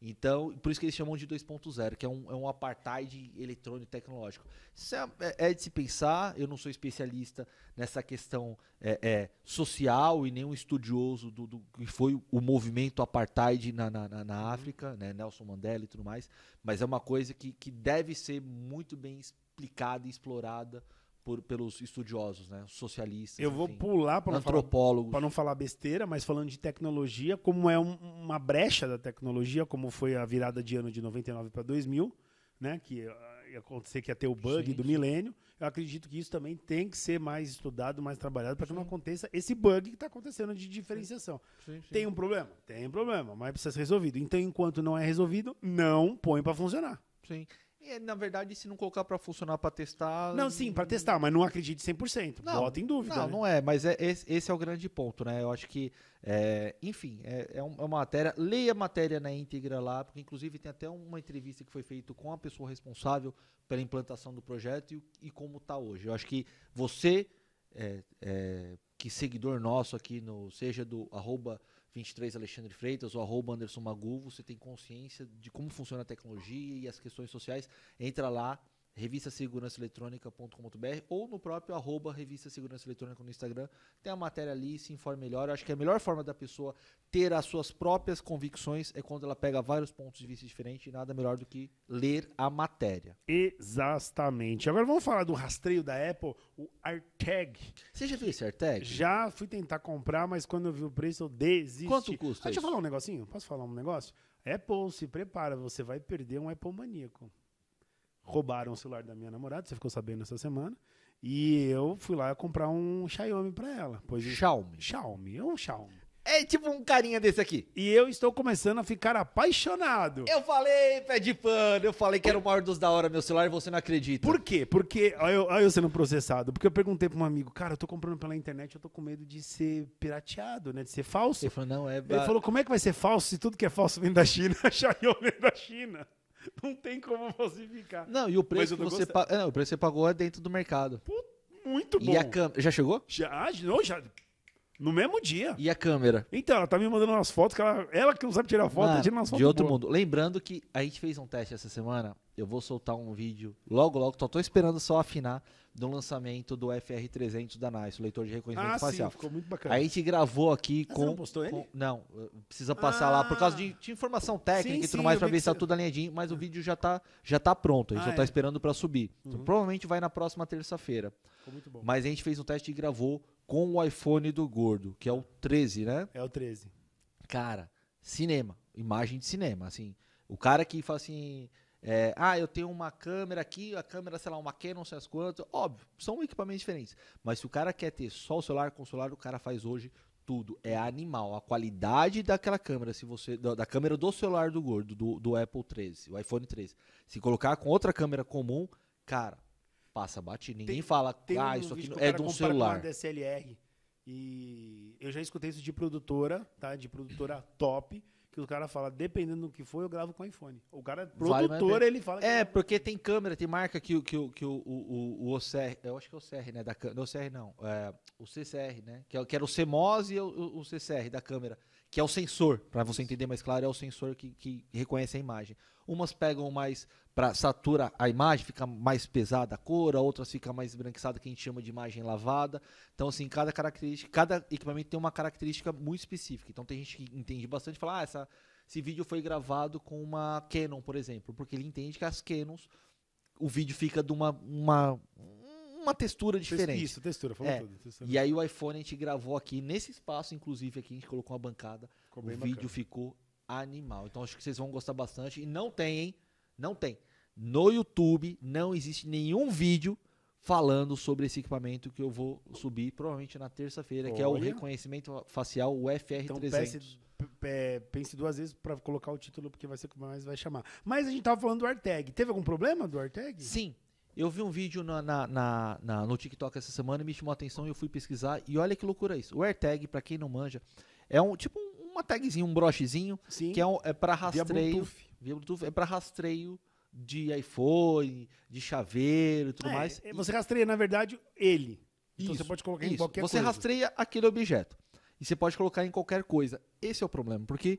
S1: Então, por isso que eles chamam de 2.0, que é um, é um apartheid eletrônico tecnológico. Isso é, é- é de se pensar, eu não sou especialista nessa questão é, é, social e nenhum estudioso do, do que foi o movimento apartheid na, na, na- na África, né, Nelson Mandela e tudo mais, mas é uma coisa que, que deve ser muito bem explicada e explorada por, pelos estudiosos, né, socialistas,
S2: Eu vou
S1: enfim,
S2: pular para não falar
S1: antropólogos.
S2: Para não falar besteira, mas falando de tecnologia, como é um- uma brecha da tecnologia, como foi a virada de ano de 99 para 2000, né, que ah, ia acontecer que ia ter o bug
S1: Sim,
S2: do
S1: sim.
S2: milênio, eu acredito que isso também tem que ser mais estudado, mais trabalhado, para que não aconteça esse bug que está acontecendo de diferenciação.
S1: Sim, sim.
S2: Tem um problema? Tem um problema, mas precisa ser resolvido. Então, enquanto não é resolvido, não põe para funcionar.
S1: um, Sim. E, na verdade, se não colocar pra funcionar pra testar.
S2: Não, sim, para testar, mas não acredite 100%.
S1: Não,
S2: Bota em dúvida.
S1: Não,
S2: né?
S1: não é, mas é, esse, esse é o grande ponto, né? Eu acho que, é, enfim, é, é um- é uma matéria. Leia a matéria na íntegra lá, porque inclusive tem até uma entrevista que foi feita com a pessoa responsável pela implantação do projeto e, o- e como está hoje. Eu acho que você, é, é, que seguidor nosso aqui, no, seja do arroba 23 Alexandre Freitas ou arroba Anderson Magu, você tem consciência de como funciona a tecnologia e as questões sociais, entra lá, revistasegurançaeletrônica.com.br ou no próprio arroba Revista Segurança Eletrônica no Instagram. Tem a matéria ali, se informe melhor. Eu acho que a melhor forma da pessoa ter as suas próprias convicções é quando ela pega vários pontos de vista diferentes e nada melhor do que ler a matéria.
S2: Exatamente. Agora vamos falar do rastreio da Apple, o AirTag.
S1: Você já viu esse AirTag?
S2: Já fui tentar comprar, mas quando eu vi o preço, eu desisti.
S1: Quanto custa
S2: Ah, Deixa
S1: isso?
S2: eu falar um negocinho. Posso falar um negócio? Apple, se prepara, você vai perder um Apple maníaco. Roubaram o celular da minha namorada, você ficou sabendo essa semana. E eu fui lá comprar um Xiaomi pra ela. Pois
S1: Xiaomi.
S2: Xiaomi, é um Xiaomi.
S1: É tipo um carinha desse aqui.
S2: E eu estou começando a ficar apaixonado.
S1: Eu falei, pé de pano, eu falei que era o maior dos da hora meu celular e você não acredita.
S2: Por quê? Porque. Olha eu, olha eu sendo processado. Porque eu perguntei pra um amigo, cara, eu tô comprando pela internet, eu tô com medo de ser pirateado, né? De ser falso.
S1: Você falou, não, é.
S2: Ele falou, como é que vai ser falso se tudo que é falso vem da China? (laughs) A Xiaomi vem da China. Não tem como falsificar.
S1: Não, e o
S2: Mas
S1: preço
S2: eu
S1: que
S2: não
S1: você
S2: gostei.
S1: pa- é, Não, o preço que você pagou é dentro do mercado.
S2: Muito bom.
S1: E a câmera. Já chegou?
S2: Já, não, já... No mesmo dia.
S1: E a câmera?
S2: Então, ela tá me mandando umas fotos que ela, ela que não sabe tirar foto, tá
S1: Mano,
S2: tirando umas fotos.
S1: de outro
S2: boas.
S1: mundo. Lembrando que a gente fez um teste essa semana. Eu vou soltar um vídeo logo, logo. Só tô esperando só afinar do lançamento do FR300 da NICE, o leitor de reconhecimento
S2: Ah,
S1: facial.
S2: sim, ficou muito bacana.
S1: Aí a gente gravou aqui
S2: Ah,
S1: com.
S2: você não postou ele?
S1: com- não, eh, precisa passar lá por causa de, de informação técnica
S2: Ah, Sim,
S1: e tudo
S2: sim,
S1: mais
S2: eu
S1: pra
S2: vi
S1: ver
S2: que
S1: se tá
S2: você-
S1: tudo alinhadinho, mas o vídeo já tá, já tá pronto, a gente
S2: Ah,
S1: só tá
S2: é.
S1: esperando pra subir. Então,
S2: Uhum.
S1: provavelmente vai na próxima terça-feira.
S2: Ficou muito bom.
S1: Mas a gente fez um teste e gravou com o iPhone do gordo, que é o 13, né?
S2: É o 13.
S1: Cara, cinema, imagem de cinema, assim. O cara que fala assim, é, ah, eu tenho uma câmera aqui, a câmera, sei lá, uma Canon, não sei as quantas, óbvio, são equipamentos diferentes. Mas se o cara quer ter só o celular com o celular, o cara faz hoje tudo. É animal, a qualidade daquela câmera, se você da, da câmera do celular do gordo, do, do Apple 13, o iPhone 13. Se colocar com outra câmera comum, cara, passa batido. Ninguém
S2: Tem-
S1: fala,
S2: Tem
S1: ah,
S2: um
S1: isso aqui
S2: vídeo
S1: não
S2: que o
S1: é de
S2: cara
S1: um
S2: compara com
S1: celular.
S2: uma DSLR. E eu já escutei isso de produtora, tá? De produtora top, que o cara fala, dependendo do que for, eu gravo com iPhone. O cara é
S1: Vale mais a
S2: produtor,
S1: pena.
S2: ele fala que
S1: É, porque tem câmera, tem marca que, o- que, o- que o, o, o, o OCR, eu acho que é o CR, né? Da, câ- não, o CR não, é, o CCR, né? Que, é, o- que era o CMOS e o, o- o CCR da câmera, que é o sensor, pra você entender mais claro, é o sensor que, que reconhece a imagem. Umas pegam mais para satura a imagem, fica mais pesada a cor, a outras fica mais esbranquiçada, que a gente chama de imagem lavada. Então, assim, cada característica, cada equipamento tem uma característica muito específica. Então tem gente que entende bastante e fala, ah, essa, esse vídeo foi gravado com uma Canon, por exemplo, porque ele entende que as Canons, o vídeo fica de uma, uma, uma textura diferente.
S2: Isso, textura, falou
S1: É.
S2: tudo. Textura.
S1: E aí o iPhone a gente gravou aqui, nesse espaço, inclusive, aqui a gente colocou uma bancada.
S2: Ficou
S1: o
S2: bem
S1: vídeo
S2: bacana.
S1: ficou animal. Então acho que vocês vão gostar bastante. E não tem, hein? Não tem. No YouTube não existe nenhum vídeo falando sobre esse equipamento que eu vou subir provavelmente na terça-feira, que é o
S2: Olha.
S1: reconhecimento facial, o
S2: Então
S1: FR300.
S2: pense, p- é, pense duas vezes pra colocar o título, porque vai ser o que mais vai chamar. Mas a gente tava falando do AirTag. Teve algum problema do AirTag?
S1: Sim. Eu vi um vídeo na, na- na- na- no TikTok essa semana e me chamou a atenção e eu fui pesquisar. E olha que loucura isso. O AirTag, pra quem não manja, é um tipo um- uma tagzinha, um brochezinho,
S2: Sim.
S1: que é, um, é para
S2: Via
S1: rastreio.
S2: Bluetooth.
S1: Via Bluetooth é para rastreio de iPhone, de chaveiro e tudo
S2: É,
S1: mais.
S2: é, Você rastreia, na verdade, ele. Então
S1: Isso,
S2: você pode colocar em
S1: Isso.
S2: qualquer
S1: Você
S2: coisa.
S1: rastreia aquele objeto. E você pode colocar em qualquer coisa. Esse é o problema, porque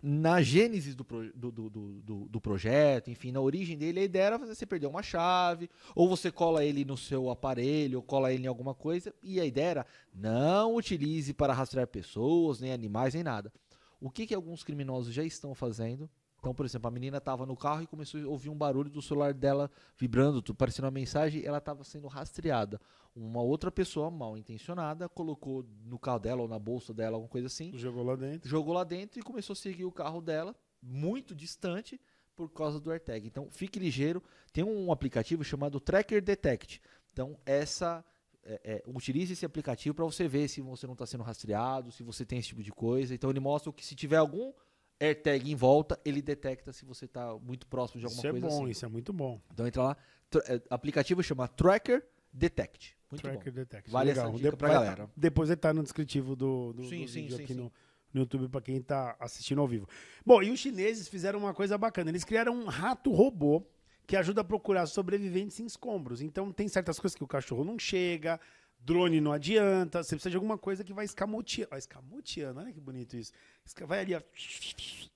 S1: na gênese do, pro- do, do, do- do- do projeto, enfim, na origem dele, a ideia era você perder uma chave, ou você cola ele no seu aparelho, ou cola ele em alguma coisa, e a ideia era não utilize para rastrear pessoas, nem animais, nem nada. O que, que alguns criminosos já estão fazendo? Então, por exemplo, a menina estava no carro e começou a ouvir um barulho do celular dela vibrando, tu- parecendo uma mensagem, ela estava sendo rastreada. Uma outra pessoa mal intencionada colocou no carro dela ou na bolsa dela, alguma coisa assim,
S2: Jogou lá dentro.
S1: jogou lá dentro e começou a seguir o carro dela, muito distante, por causa do AirTag. Então, fique ligeiro. Tem um aplicativo chamado Tracker Detect. Então, essa é, é, utilize esse aplicativo para você ver se você não está sendo rastreado, se você tem esse tipo de coisa. Então, ele mostra que se tiver algum AirTag em volta, ele detecta se você está muito próximo de alguma
S2: Isso é
S1: coisa
S2: bom,
S1: assim.
S2: isso é muito bom.
S1: Então, entra lá. Tr- é, aplicativo chama Tracker Detect. Muito
S2: Tracker
S1: bom.
S2: Detect.
S1: Vale
S2: Legal.
S1: essa dica
S2: De-
S1: pra
S2: vai
S1: galera.
S2: tá- depois ele tá no descritivo do, do,
S1: Sim,
S2: do
S1: sim,
S2: vídeo
S1: sim,
S2: aqui
S1: sim.
S2: No, no YouTube pra quem tá assistindo ao vivo. Bom, e os chineses fizeram uma coisa bacana. Eles criaram um rato robô que ajuda a procurar sobreviventes em escombros. Então tem certas coisas que o cachorro não chega, drone não adianta, você precisa de alguma coisa que vai escamoteando. Ó, escamoteando, olha que bonito isso. Esca- Vai ali, ó.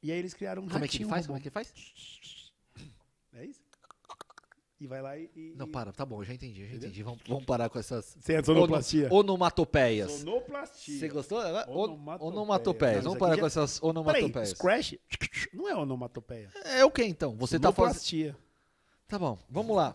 S2: E aí eles criaram um
S1: Como é que ele
S2: ratinho
S1: faz? Como
S2: robô.
S1: é que ele faz?
S2: É isso? E vai lá e... e-
S1: Não,
S2: e-
S1: para. Tá bom, eu já entendi, eu já entendi. Vamos, vamos parar com essas
S2: Sem a sonoplastia.
S1: ono- onomatopeias.
S2: Sonoplastia.
S1: Você gostou? Agora, on-
S2: Onomatopeia. Não,
S1: Onomatopeias.
S2: isso
S1: Vamos
S2: aqui
S1: parar
S2: já-
S1: com essas
S2: Peraí,
S1: onomatopeias.
S2: scratch não é onomatopeia.
S1: É o que então? Você tá fazendo.
S2: Sonoplastia.
S1: Tá bom, vamos lá.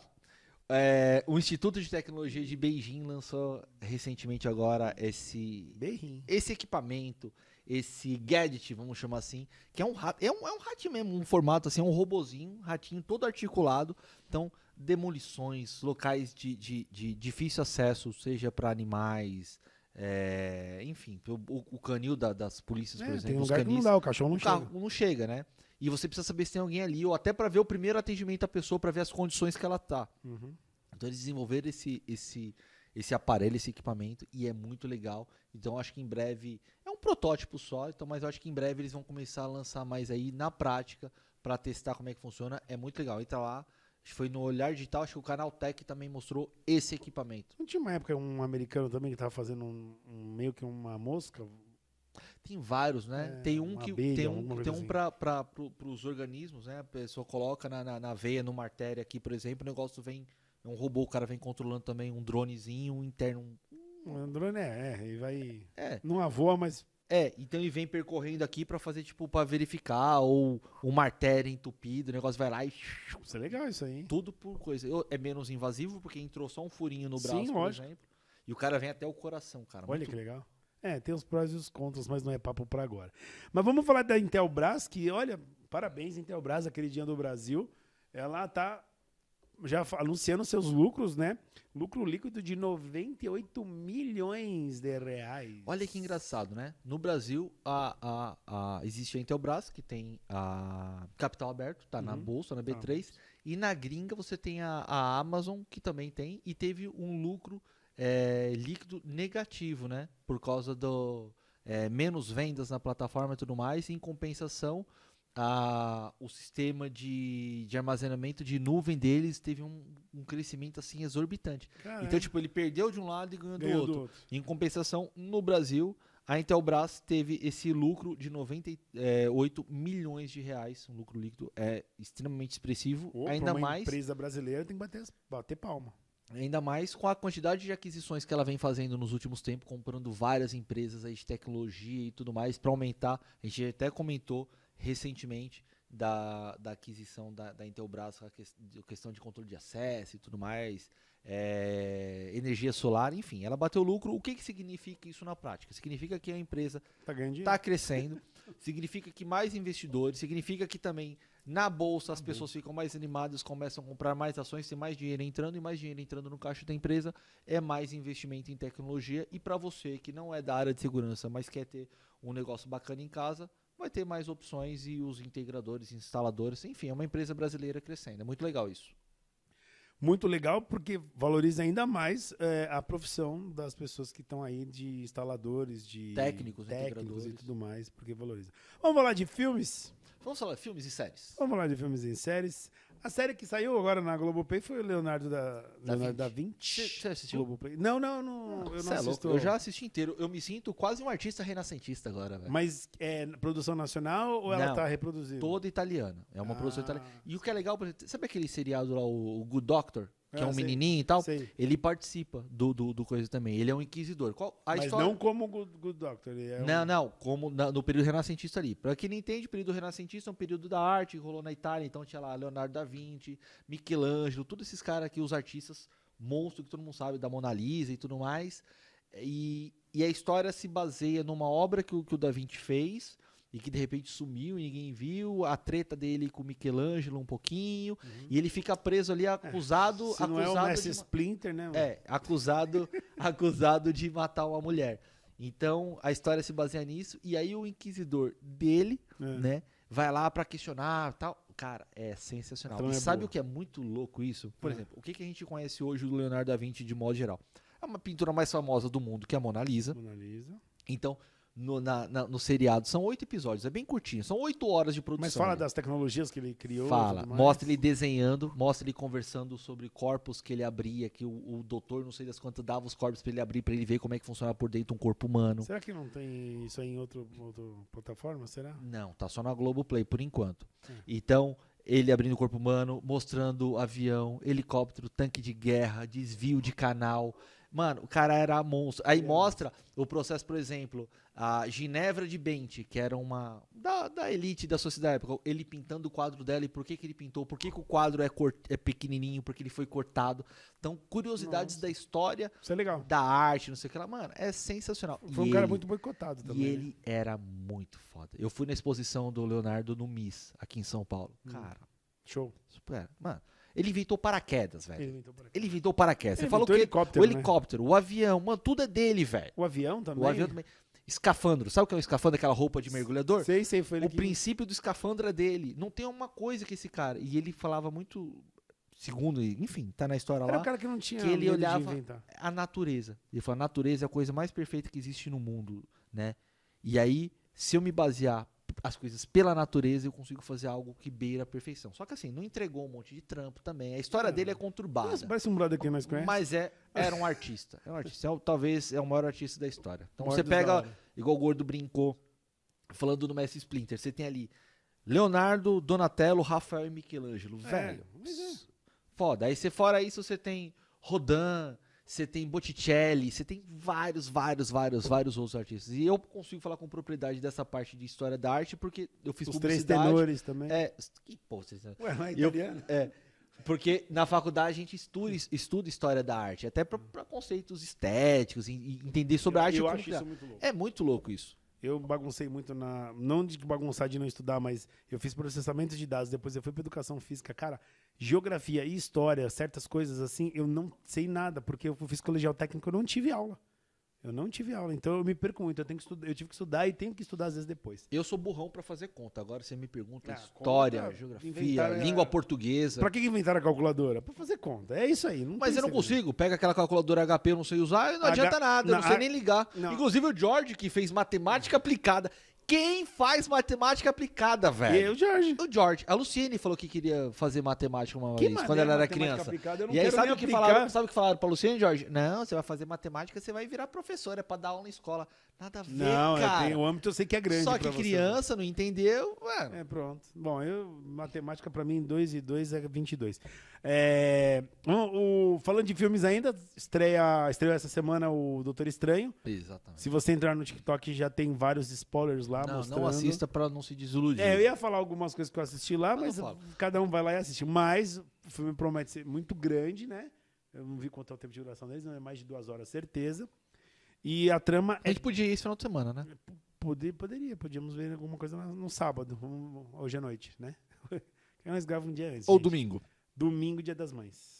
S1: É, o Instituto de Tecnologia de Beijing lançou recentemente agora esse,
S2: Berrim.
S1: esse equipamento, esse gadget, vamos chamar assim, que é um rato, é um, é um ratinho mesmo, um formato assim, um robozinho, um ratinho todo articulado. Então, demolições, locais de, de- de difícil acesso, seja para animais, é, enfim, o, o- o canil da- das polícias, por
S2: É,
S1: exemplo,
S2: tem
S1: os
S2: lugar que não
S1: canis,
S2: dá, o cachorro não
S1: o carro
S2: chega.
S1: não chega, né? E você precisa saber se tem alguém ali, ou até para ver o primeiro atendimento da pessoa, para ver as condições que ela tá.
S2: Uhum.
S1: Então eles desenvolveram esse, esse, esse aparelho, esse equipamento, e é muito legal. Então acho que em breve. É um protótipo só, então, mas eu acho que em breve eles vão começar a lançar mais aí na prática para testar como é que funciona. É muito legal. Entra lá, acho que foi no Olhar Digital, acho que o canal Tech também mostrou esse equipamento.
S2: Não tinha uma época um americano também que tava fazendo um, um- meio que uma mosca?
S1: Tem vários, né?
S2: É,
S1: tem um
S2: uma
S1: que
S2: abelha,
S1: tem
S2: alguma
S1: um,
S2: coisa
S1: tem um
S2: assim.
S1: para para os organismos, né? A pessoa coloca na, na, na veia, numa artéria aqui, por exemplo, o negócio vem é um robô, o cara vem controlando também um dronezinho um interno. um-
S2: Um drone é, é, e vai.
S1: É,
S2: Não voa, mas.
S1: é, então ele vem percorrendo aqui pra fazer tipo pra verificar ou uma artéria entupida, o negócio vai lá e (laughs)
S2: Isso é legal isso aí, hein?
S1: tudo por coisa. Eu- É menos invasivo porque entrou só um furinho no
S2: Sim,
S1: braço, por
S2: lógico.
S1: exemplo. E o cara vem até o coração, cara.
S2: Olha
S1: Muito-
S2: que legal. Tá É, tem os prós e os contras, mas não é papo pra agora. Mas vamos falar da Intelbras, que, olha, parabéns, Intelbras, aquele dia do Brasil. Ela tá já fa- anunciando seus lucros, né? Lucro líquido de 98 milhões de reais.
S1: Olha que engraçado, né? No Brasil, a, a, a- existe a Intelbras, que tem a capital aberto, tá na
S2: Uhum.
S1: bolsa, na
S2: Tá na
S1: B3. E na gringa você tem a, a Amazon, que também tem, e teve um lucro eh, líquido negativo, né? Por causa do eh, menos vendas na plataforma e tudo mais. Em compensação, a- o sistema de, de armazenamento de nuvem deles teve um, um crescimento assim exorbitante.
S2: Caralho,
S1: Então, tipo, ele perdeu de um lado e ganhou do
S2: ganhou
S1: outro. Em compensação, no Brasil, a Intelbras teve esse lucro de 98 milhões de reais. Um lucro líquido é extremamente expressivo,
S2: Pô, pra
S1: ainda
S2: uma
S1: mais,
S2: empresa brasileira tem que bater, as- bater palma.
S1: ainda mais com a quantidade de aquisições que ela vem fazendo nos últimos tempos, comprando várias empresas aí de tecnologia e tudo mais para aumentar. A gente até comentou recentemente da, da aquisição da, da Intelbras, a ques- de- questão de controle de acesso e tudo mais, é, energia solar, enfim, ela bateu lucro. O que, que significa isso na prática? Significa que a empresa
S2: Tá ganhando dinheiro.
S1: está crescendo, significa que mais investidores, significa que também na bolsa as pessoas ficam mais animadas, começam a comprar mais ações, tem mais dinheiro entrando e mais dinheiro entrando no caixa da empresa, é mais investimento em tecnologia. E para você que não é da área de segurança, mas quer ter um negócio bacana em casa, vai ter mais opções e os integradores, instaladores, enfim, é uma empresa brasileira crescendo. É muito legal isso.
S2: Muito legal, porque valoriza ainda mais é, a profissão das pessoas que estão aí de instaladores, de
S1: Técnicos,
S2: técnicos e
S1: integradores.
S2: tudo mais, porque valoriza. Vamos falar de filmes?
S1: Vamos falar de filmes e séries.
S2: Vamos falar de filmes e séries. A série que saiu agora na Globopay foi o Leonardo da, Leonardo da
S1: Você
S2: Vinci.
S1: você assistiu?
S2: Globoplay. Não, não, não, eu
S1: Cê
S2: não
S1: é louco,
S2: assisto.
S1: eu já assisti inteiro. Eu me sinto quase um artista renascentista agora, velho.
S2: Mas é produção nacional ou ela
S1: Não.
S2: tá reproduzindo?
S1: toda italiana. É uma produção
S2: Ah,
S1: italiana. E o que é legal, por exemplo, sabe aquele seriado lá, o o Good Doctor, que é,
S2: Ah,
S1: um
S2: sei,
S1: menininho e tal?
S2: Sei.
S1: Ele participa do, do, do coisa também. Ele é um inquisidor. Qual a
S2: Mas
S1: história?
S2: não como o Good, Good Doctor. ele é um-
S1: Não, não, como na- no período renascentista ali. Pra quem não entende, o período renascentista é um período da arte, rolou na Itália, então tinha lá Leonardo da Vinci, Michelangelo, todos esses caras aqui, os artistas monstro que todo mundo sabe, da Mona Lisa e tudo mais. E, e a história se baseia numa obra que, o- que o da Vinci fez e que de repente sumiu e ninguém viu, a treta dele com Michelangelo um pouquinho,
S2: Uhum.
S1: e ele fica preso ali acusado,
S2: Se
S1: acusado
S2: não é o
S1: de
S2: Mestre
S1: uma-
S2: Splinter, né? mano?
S1: é, acusado, (laughs) acusado de matar uma mulher. Então, a história se baseia nisso. E aí, o inquisidor dele,
S2: É.
S1: né, vai lá pra questionar tal. Cara, é sensacional.
S2: Então
S1: e
S2: é
S1: sabe
S2: boa.
S1: o que é muito louco isso? Por
S2: Ah.
S1: exemplo, o que, que a gente conhece hoje do Leonardo da Vinci de modo geral? É uma pintura mais famosa do mundo, que é a Mona Lisa.
S2: Mona Lisa.
S1: Então, no, na- na- no seriado, são oito episódios, é bem curtinho, são oito horas de produção.
S2: Mas fala
S1: ali.
S2: das tecnologias que ele criou.
S1: Fala,
S2: tudo mais.
S1: mostra ele desenhando, mostra ele conversando sobre corpos que ele abria, que o, o doutor, não sei das quantas, dava os corpos pra ele abrir, pra ele ver como é que funcionava por dentro um corpo humano.
S2: Será que não tem isso aí em outra outro plataforma? Será?
S1: Não, tá só na Globoplay por enquanto.
S2: Hum.
S1: Então, ele abrindo o corpo humano, mostrando avião, helicóptero, tanque de guerra, desvio de canal. Mano, o cara era monstro. Aí
S2: Ele é
S1: mostra o processo, por exemplo, a Ginevra de Bente, que era uma. da, da elite da sociedade da época, ele pintando o quadro dela e por que, que ele pintou, por que, que o quadro é, cor- é pequenininho, porque ele foi cortado. Então, curiosidades da história,
S2: Isso é legal.
S1: da arte, não sei o que lá. Mano, é sensacional.
S2: Foi um
S1: E
S2: cara
S1: ele-
S2: muito boicotado também.
S1: e
S2: né?
S1: ele era muito foda. Eu fui na exposição do Leonardo no MIS, aqui em São Paulo.
S2: Hum.
S1: Cara,
S2: Show.
S1: super. Mano, ele inventou paraquedas, velho.
S2: Ele inventou para cá.
S1: Ele inventou paraquedas. É. Você
S2: Ele
S1: falou que
S2: inventou helicóptero,
S1: o
S2: né?
S1: helicóptero, o avião, mano, tudo é dele, velho.
S2: O avião também?
S1: O avião também. Escafandro, sabe o que é um escafandro? Aquela roupa de mergulhador?
S2: Sei, sei, foi ele
S1: o
S2: que...
S1: princípio do escafandro é dele. Não tem uma coisa que esse cara. E ele falava muito. Segundo, enfim, tá na história
S2: Era
S1: lá.
S2: o cara que não tinha
S1: que ele
S2: medo de
S1: olhava-
S2: inventar.
S1: a natureza. Ele falou, a natureza é a coisa mais perfeita que existe no mundo, né? E aí, se eu me basear as coisas pela natureza, eu consigo fazer algo que beira a perfeição. Só que assim, não entregou um monte de trampo também. A história dele é conturbada.
S2: Nossa, parece um brother que nós conhecemos.
S1: Mas é, era um artista. É um artista. É o- talvez é o maior artista da história. Então
S2: Maior
S1: você
S2: dos da
S1: pega,
S2: hora.
S1: igual o Gordo brincou, falando no Mestre Splinter, você tem ali Leonardo, Donatello, Rafael e Michelangelo. Velho.
S2: mas é.
S1: Foda. Aí você fora isso, você tem Rodin, você tem Botticelli, você tem vários, vários, vários, vários outros artistas. E eu consigo falar com propriedade dessa parte de história da arte, porque eu fiz
S2: Os três
S1: publicidade.
S2: tenores também.
S1: É, que pô, vocês-
S2: Ué, mas é
S1: Eu-
S2: italiano.
S1: porque na faculdade a gente estuda, estuda história da arte, até para conceitos estéticos, e, e entender sobre a arte. e
S2: eu
S1: como
S2: acho
S1: criar.
S2: isso muito louco.
S1: É muito louco isso.
S2: Eu baguncei muito na. Não de bagunçar de não estudar, mas eu fiz processamento de dados, depois eu fui pra educação física. Cara, geografia e história, certas coisas assim, eu não sei nada, porque eu fiz colegial técnico, eu não tive aula. Eu não tive aula, então eu me perco muito. Eu, tenho que estudar, eu tive que estudar e tenho que estudar às vezes depois.
S1: Eu sou burrão para fazer conta. Agora você me pergunta
S2: Ah,
S1: história,
S2: conta,
S1: geografia,
S2: inventaram a-
S1: língua portuguesa.
S2: Pra que inventaram a calculadora? Pra fazer conta. É isso
S1: Mas
S2: aí. tem
S1: eu não
S2: segredo.
S1: consigo. Pega aquela calculadora HP, eu não sei usar, e não
S2: H-
S1: adianta nada, eu não
S2: na-
S1: sei nem ligar.
S2: não.
S1: Inclusive o George, que fez matemática aplicada. Quem faz matemática aplicada,
S2: E
S1: velho?
S2: eu, Jorge.
S1: O George. A Luciene falou que queria fazer matemática uma vez, quando
S2: mané,
S1: ela era
S2: matemática
S1: criança.
S2: aplicada, eu não
S1: E aí
S2: quero
S1: sabe
S2: nem
S1: o que
S2: aplicar.
S1: falaram, sabe o que falaram pra Luciene, Jorge? Não, você vai fazer matemática, você vai virar professora, é pra dar aula na escola. Nada a ver,
S2: Não, eu
S1: cara.
S2: tenho, o âmbito eu sei que é grande.
S1: Só que
S2: pra você.
S1: criança não entendeu, mano.
S2: É, pronto. Bom, eu, matemática pra mim, 2 e 2 é 22. É, o, o- falando de filmes ainda, estreia, estreou essa semana o Doutor Estranho.
S1: Exatamente.
S2: Se você entrar no TikTok, já tem vários spoilers lá
S1: não,
S2: Tá mostrando.
S1: não assista pra não se desiludir.
S2: É, eu ia falar algumas coisas que eu assisti lá,
S1: Mas
S2: mas
S1: não fala.
S2: cada um vai lá e assiste. Mas o filme promete ser muito grande, né? Eu não vi quanto é o tempo de duração deles, não é mais de duas horas, certeza. E a trama
S1: A
S2: é
S1: gente podia ir esse final de semana, né?
S2: Poder, poderia, podíamos ver alguma coisa na- no sábado, um- hoje à noite, né? (laughs) Que nós gravamos um dia antes.
S1: Ou
S2: gente.
S1: domingo.
S2: Domingo, dia das mães.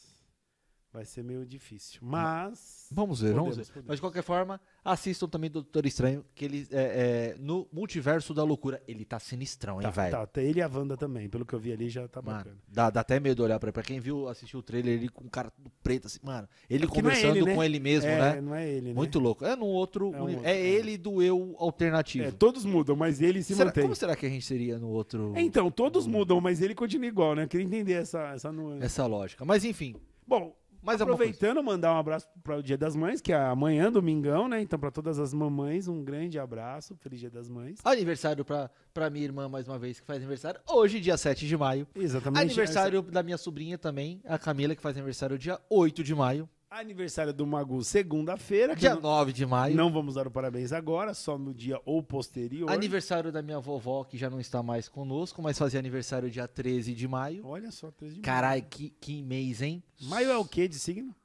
S2: Vai ser meio difícil. Mas.
S1: Vamos ver, vamos ver.
S2: Podemos, podemos.
S1: Mas de qualquer forma, assistam também Doutor Estranho, que ele é, é, no multiverso da loucura. Ele tá sinistrão, hein,
S2: Tá,
S1: velho?
S2: tá, tá, ele e a Wanda também, pelo que eu vi ali, já tá
S1: Mano,
S2: bacana.
S1: dá, dá até medo olhar pra ele. Pra quem viu, assistiu o trailer, ele com o cara tudo preto, assim, mano. Ele
S2: É que não é
S1: conversando
S2: ele, né?
S1: com ele mesmo,
S2: é,
S1: né?
S2: não é ele, né?
S1: Muito louco. É num outro.
S2: É um
S1: uni-
S2: outro,
S1: é
S2: é.
S1: ele do eu alternativo.
S2: É, todos mudam, mas ele se
S1: Será-
S2: mantém.
S1: como assim? será que a gente seria no outro.
S2: É, então, todos mudam, mas ele continua igual, né? Eu queria entender essa, essa nuance.
S1: Essa lógica. Mas enfim.
S2: Bom,
S1: Mais É. alguma
S2: aproveitando, mandar um abraço para o Dia das Mães, que é amanhã, domingão, né? Então, para todas as mamães, um grande abraço. Feliz Dia das Mães.
S1: Aniversário pra, pra minha irmã, mais uma vez, que faz aniversário. Hoje, dia 7 de maio.
S2: Exatamente.
S1: Aniversário da minha sobrinha também, a Camila, que faz aniversário dia 8 de maio.
S2: Essa- Aniversário do Magu, segunda-feira. que
S1: Dia
S2: não,
S1: 9 de maio.
S2: não vamos dar o parabéns agora, só no dia ou posterior.
S1: Aniversário da minha vovó, que já não está mais conosco, mas fazia aniversário dia 13 de maio.
S2: Olha só, 13 de
S1: Caralho, que, que mês, hein?
S2: maio. Maio é o quê de signo?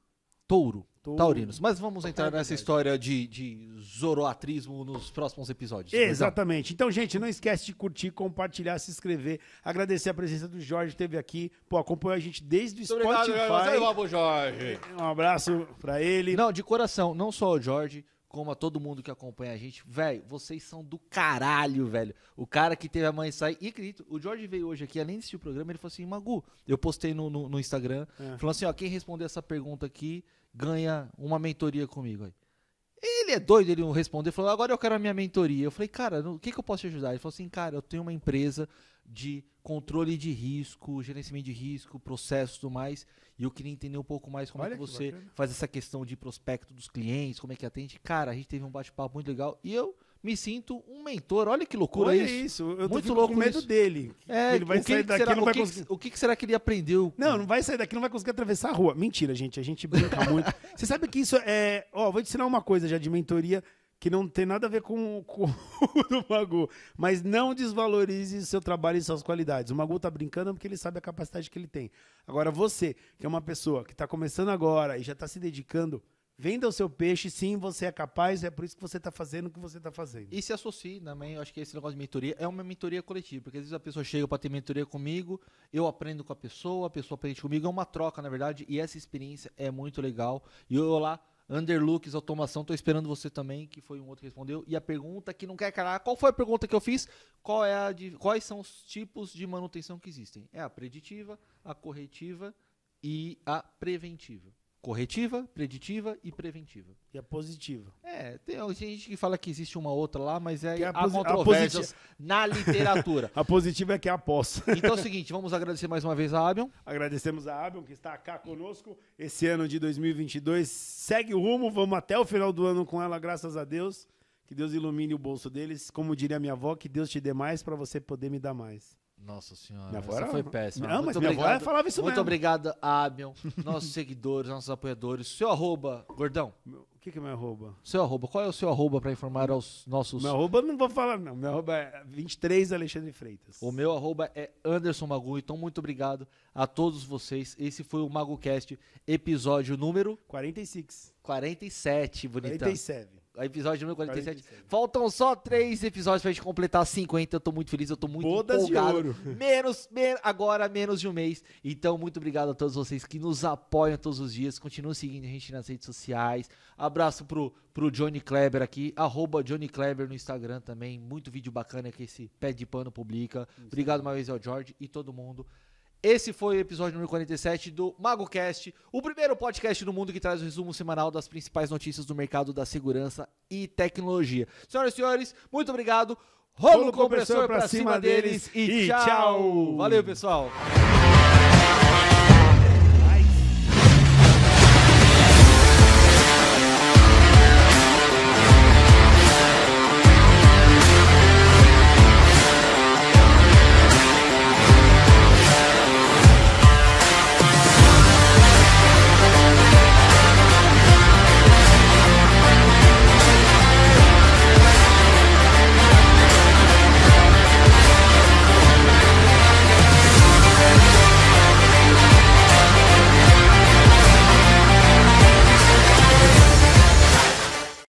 S1: Touro.
S2: Touro.
S1: Taurinos. Mas vamos entrar
S2: verdade.
S1: nessa história de, de zoroatrismo nos próximos episódios.
S2: Exatamente. Então, gente, não esquece de curtir, compartilhar, se inscrever. Agradecer a presença do Jorge, que esteve aqui. Pô, acompanhou a gente desde o
S1: Muito obrigado,
S2: Spotify.
S1: Jorge.
S2: Um abraço pra ele.
S1: Não, de coração, não só o Jorge, como a todo mundo que acompanha a gente. Velho, vocês são do caralho, velho. O cara que teve a mãe sair. E acredito, o Jorge veio hoje aqui, além de assistir o programa, ele falou assim: Magu, eu postei no, no, no Instagram,
S2: É.
S1: falou assim: ó, quem responder essa pergunta aqui ganha uma mentoria comigo aí. Ele é doido, ele não respondeu, falou, agora eu quero a minha mentoria. Eu falei, cara, no- o que, que eu posso te ajudar? Ele falou assim, cara, eu tenho uma empresa de controle de risco, gerenciamento de risco, processo e tudo mais, e eu queria entender um pouco mais como é
S2: Olha
S1: que
S2: que
S1: você
S2: bacana.
S1: faz essa questão de prospecto dos clientes, como é que atende. Cara, a gente teve um bate-papo muito legal, e eu me sinto um mentor, olha que loucura
S2: Olha
S1: isso.
S2: isso. Eu tô
S1: Muito
S2: fico
S1: louco
S2: com medo
S1: isso.
S2: dele.
S1: É,
S2: ele vai
S1: o que
S2: sair
S1: que
S2: daqui,
S1: será-
S2: não
S1: o
S2: vai
S1: que que-
S2: conseguir.
S1: O que, que será que ele aprendeu?
S2: Não, não vai sair daqui, não vai conseguir atravessar a rua. Mentira, gente, a gente
S1: (laughs)
S2: brinca muito. Você sabe que isso é. Ó, vou te ensinar uma coisa já de mentoria que não tem nada a ver com, (laughs) com o do Magu. Mas não desvalorize seu trabalho e suas qualidades. O Magu tá brincando porque ele sabe a capacidade que ele tem. Agora, você, que é uma pessoa que tá começando agora e já tá se dedicando, venda o seu peixe, sim, você é capaz, é por isso que você tá fazendo o que você tá fazendo.
S1: E se associe também, eu acho que esse negócio de mentoria é uma mentoria coletiva, porque às vezes a pessoa chega para ter mentoria comigo, eu aprendo com a pessoa, a pessoa aprende comigo, é uma troca, na verdade, e essa experiência é muito legal. E eu lá, Underlooks Automação, tô esperando você também, que foi um outro que respondeu. E a pergunta que não quer calar, qual foi a pergunta que eu fiz? Qual é a de- quais são os tipos de manutenção que existem? É a preditiva, a corretiva e a preventiva. corretiva, preditiva e preventiva.
S2: E a positiva.
S1: É, tem gente que fala que existe uma outra lá, mas é,
S2: Que a
S1: há
S2: posi- a
S1: controvérsias na literatura.
S2: A positiva é que é a posse.
S1: Então é o seguinte, vamos agradecer mais uma vez a Abion.
S2: Agradecemos a Abion que está cá conosco esse ano de 2022. Segue o rumo, vamos até o final do ano com ela, graças a Deus. Que Deus ilumine o bolso deles. Como diria minha avó, que Deus te dê mais para você poder me dar mais.
S1: Nossa senhora,
S2: Minha avó
S1: Ah, essa
S2: era-
S1: foi péssima.
S2: Não, mas
S1: Muito
S2: minha avó
S1: obrigado.
S2: falava isso
S1: Muito
S2: mesmo.
S1: obrigado, Abion, nossos (laughs) seguidores, nossos apoiadores. Seu arroba, gordão,
S2: Meu- O que, que é meu arroba?
S1: seu arroba. Qual é o seu arroba para informar aos nossos...
S2: Meu arroba eu não vou falar, não. Meu arroba é 23 Alexandre Freitas.
S1: O meu arroba é Anderson Magu. Então, muito obrigado a todos vocês. Esse foi o MagoCast, episódio número
S2: 46.
S1: 47, bonitão.
S2: 47.
S1: Episódio número 47.
S2: 47.
S1: Faltam só três episódios pra gente completar 50. Eu tô muito feliz, eu tô muito
S2: Bodas de
S1: empolgado.
S2: ouro.
S1: Menos, men- agora menos de um mês. Então, muito obrigado a todos vocês que nos apoiam todos os dias. Continuem seguindo a gente nas redes sociais. Abraço pro, pro Johnny Kleber aqui, arroba Johnny Kleber no Instagram também. Muito vídeo bacana que esse pé de pano publica. Obrigado mais uma vez ao George e todo mundo. Esse foi o episódio número 47 do MagoCast, o primeiro podcast do mundo que traz o resumo semanal das principais notícias do mercado da segurança e tecnologia. Senhoras e senhores, muito obrigado. Rolo
S2: Rolo
S1: compressor
S2: compressor
S1: pra
S2: pra
S1: cima
S2: cima
S1: deles e
S2: e
S1: tchau.
S2: tchau.
S1: Valeu, pessoal.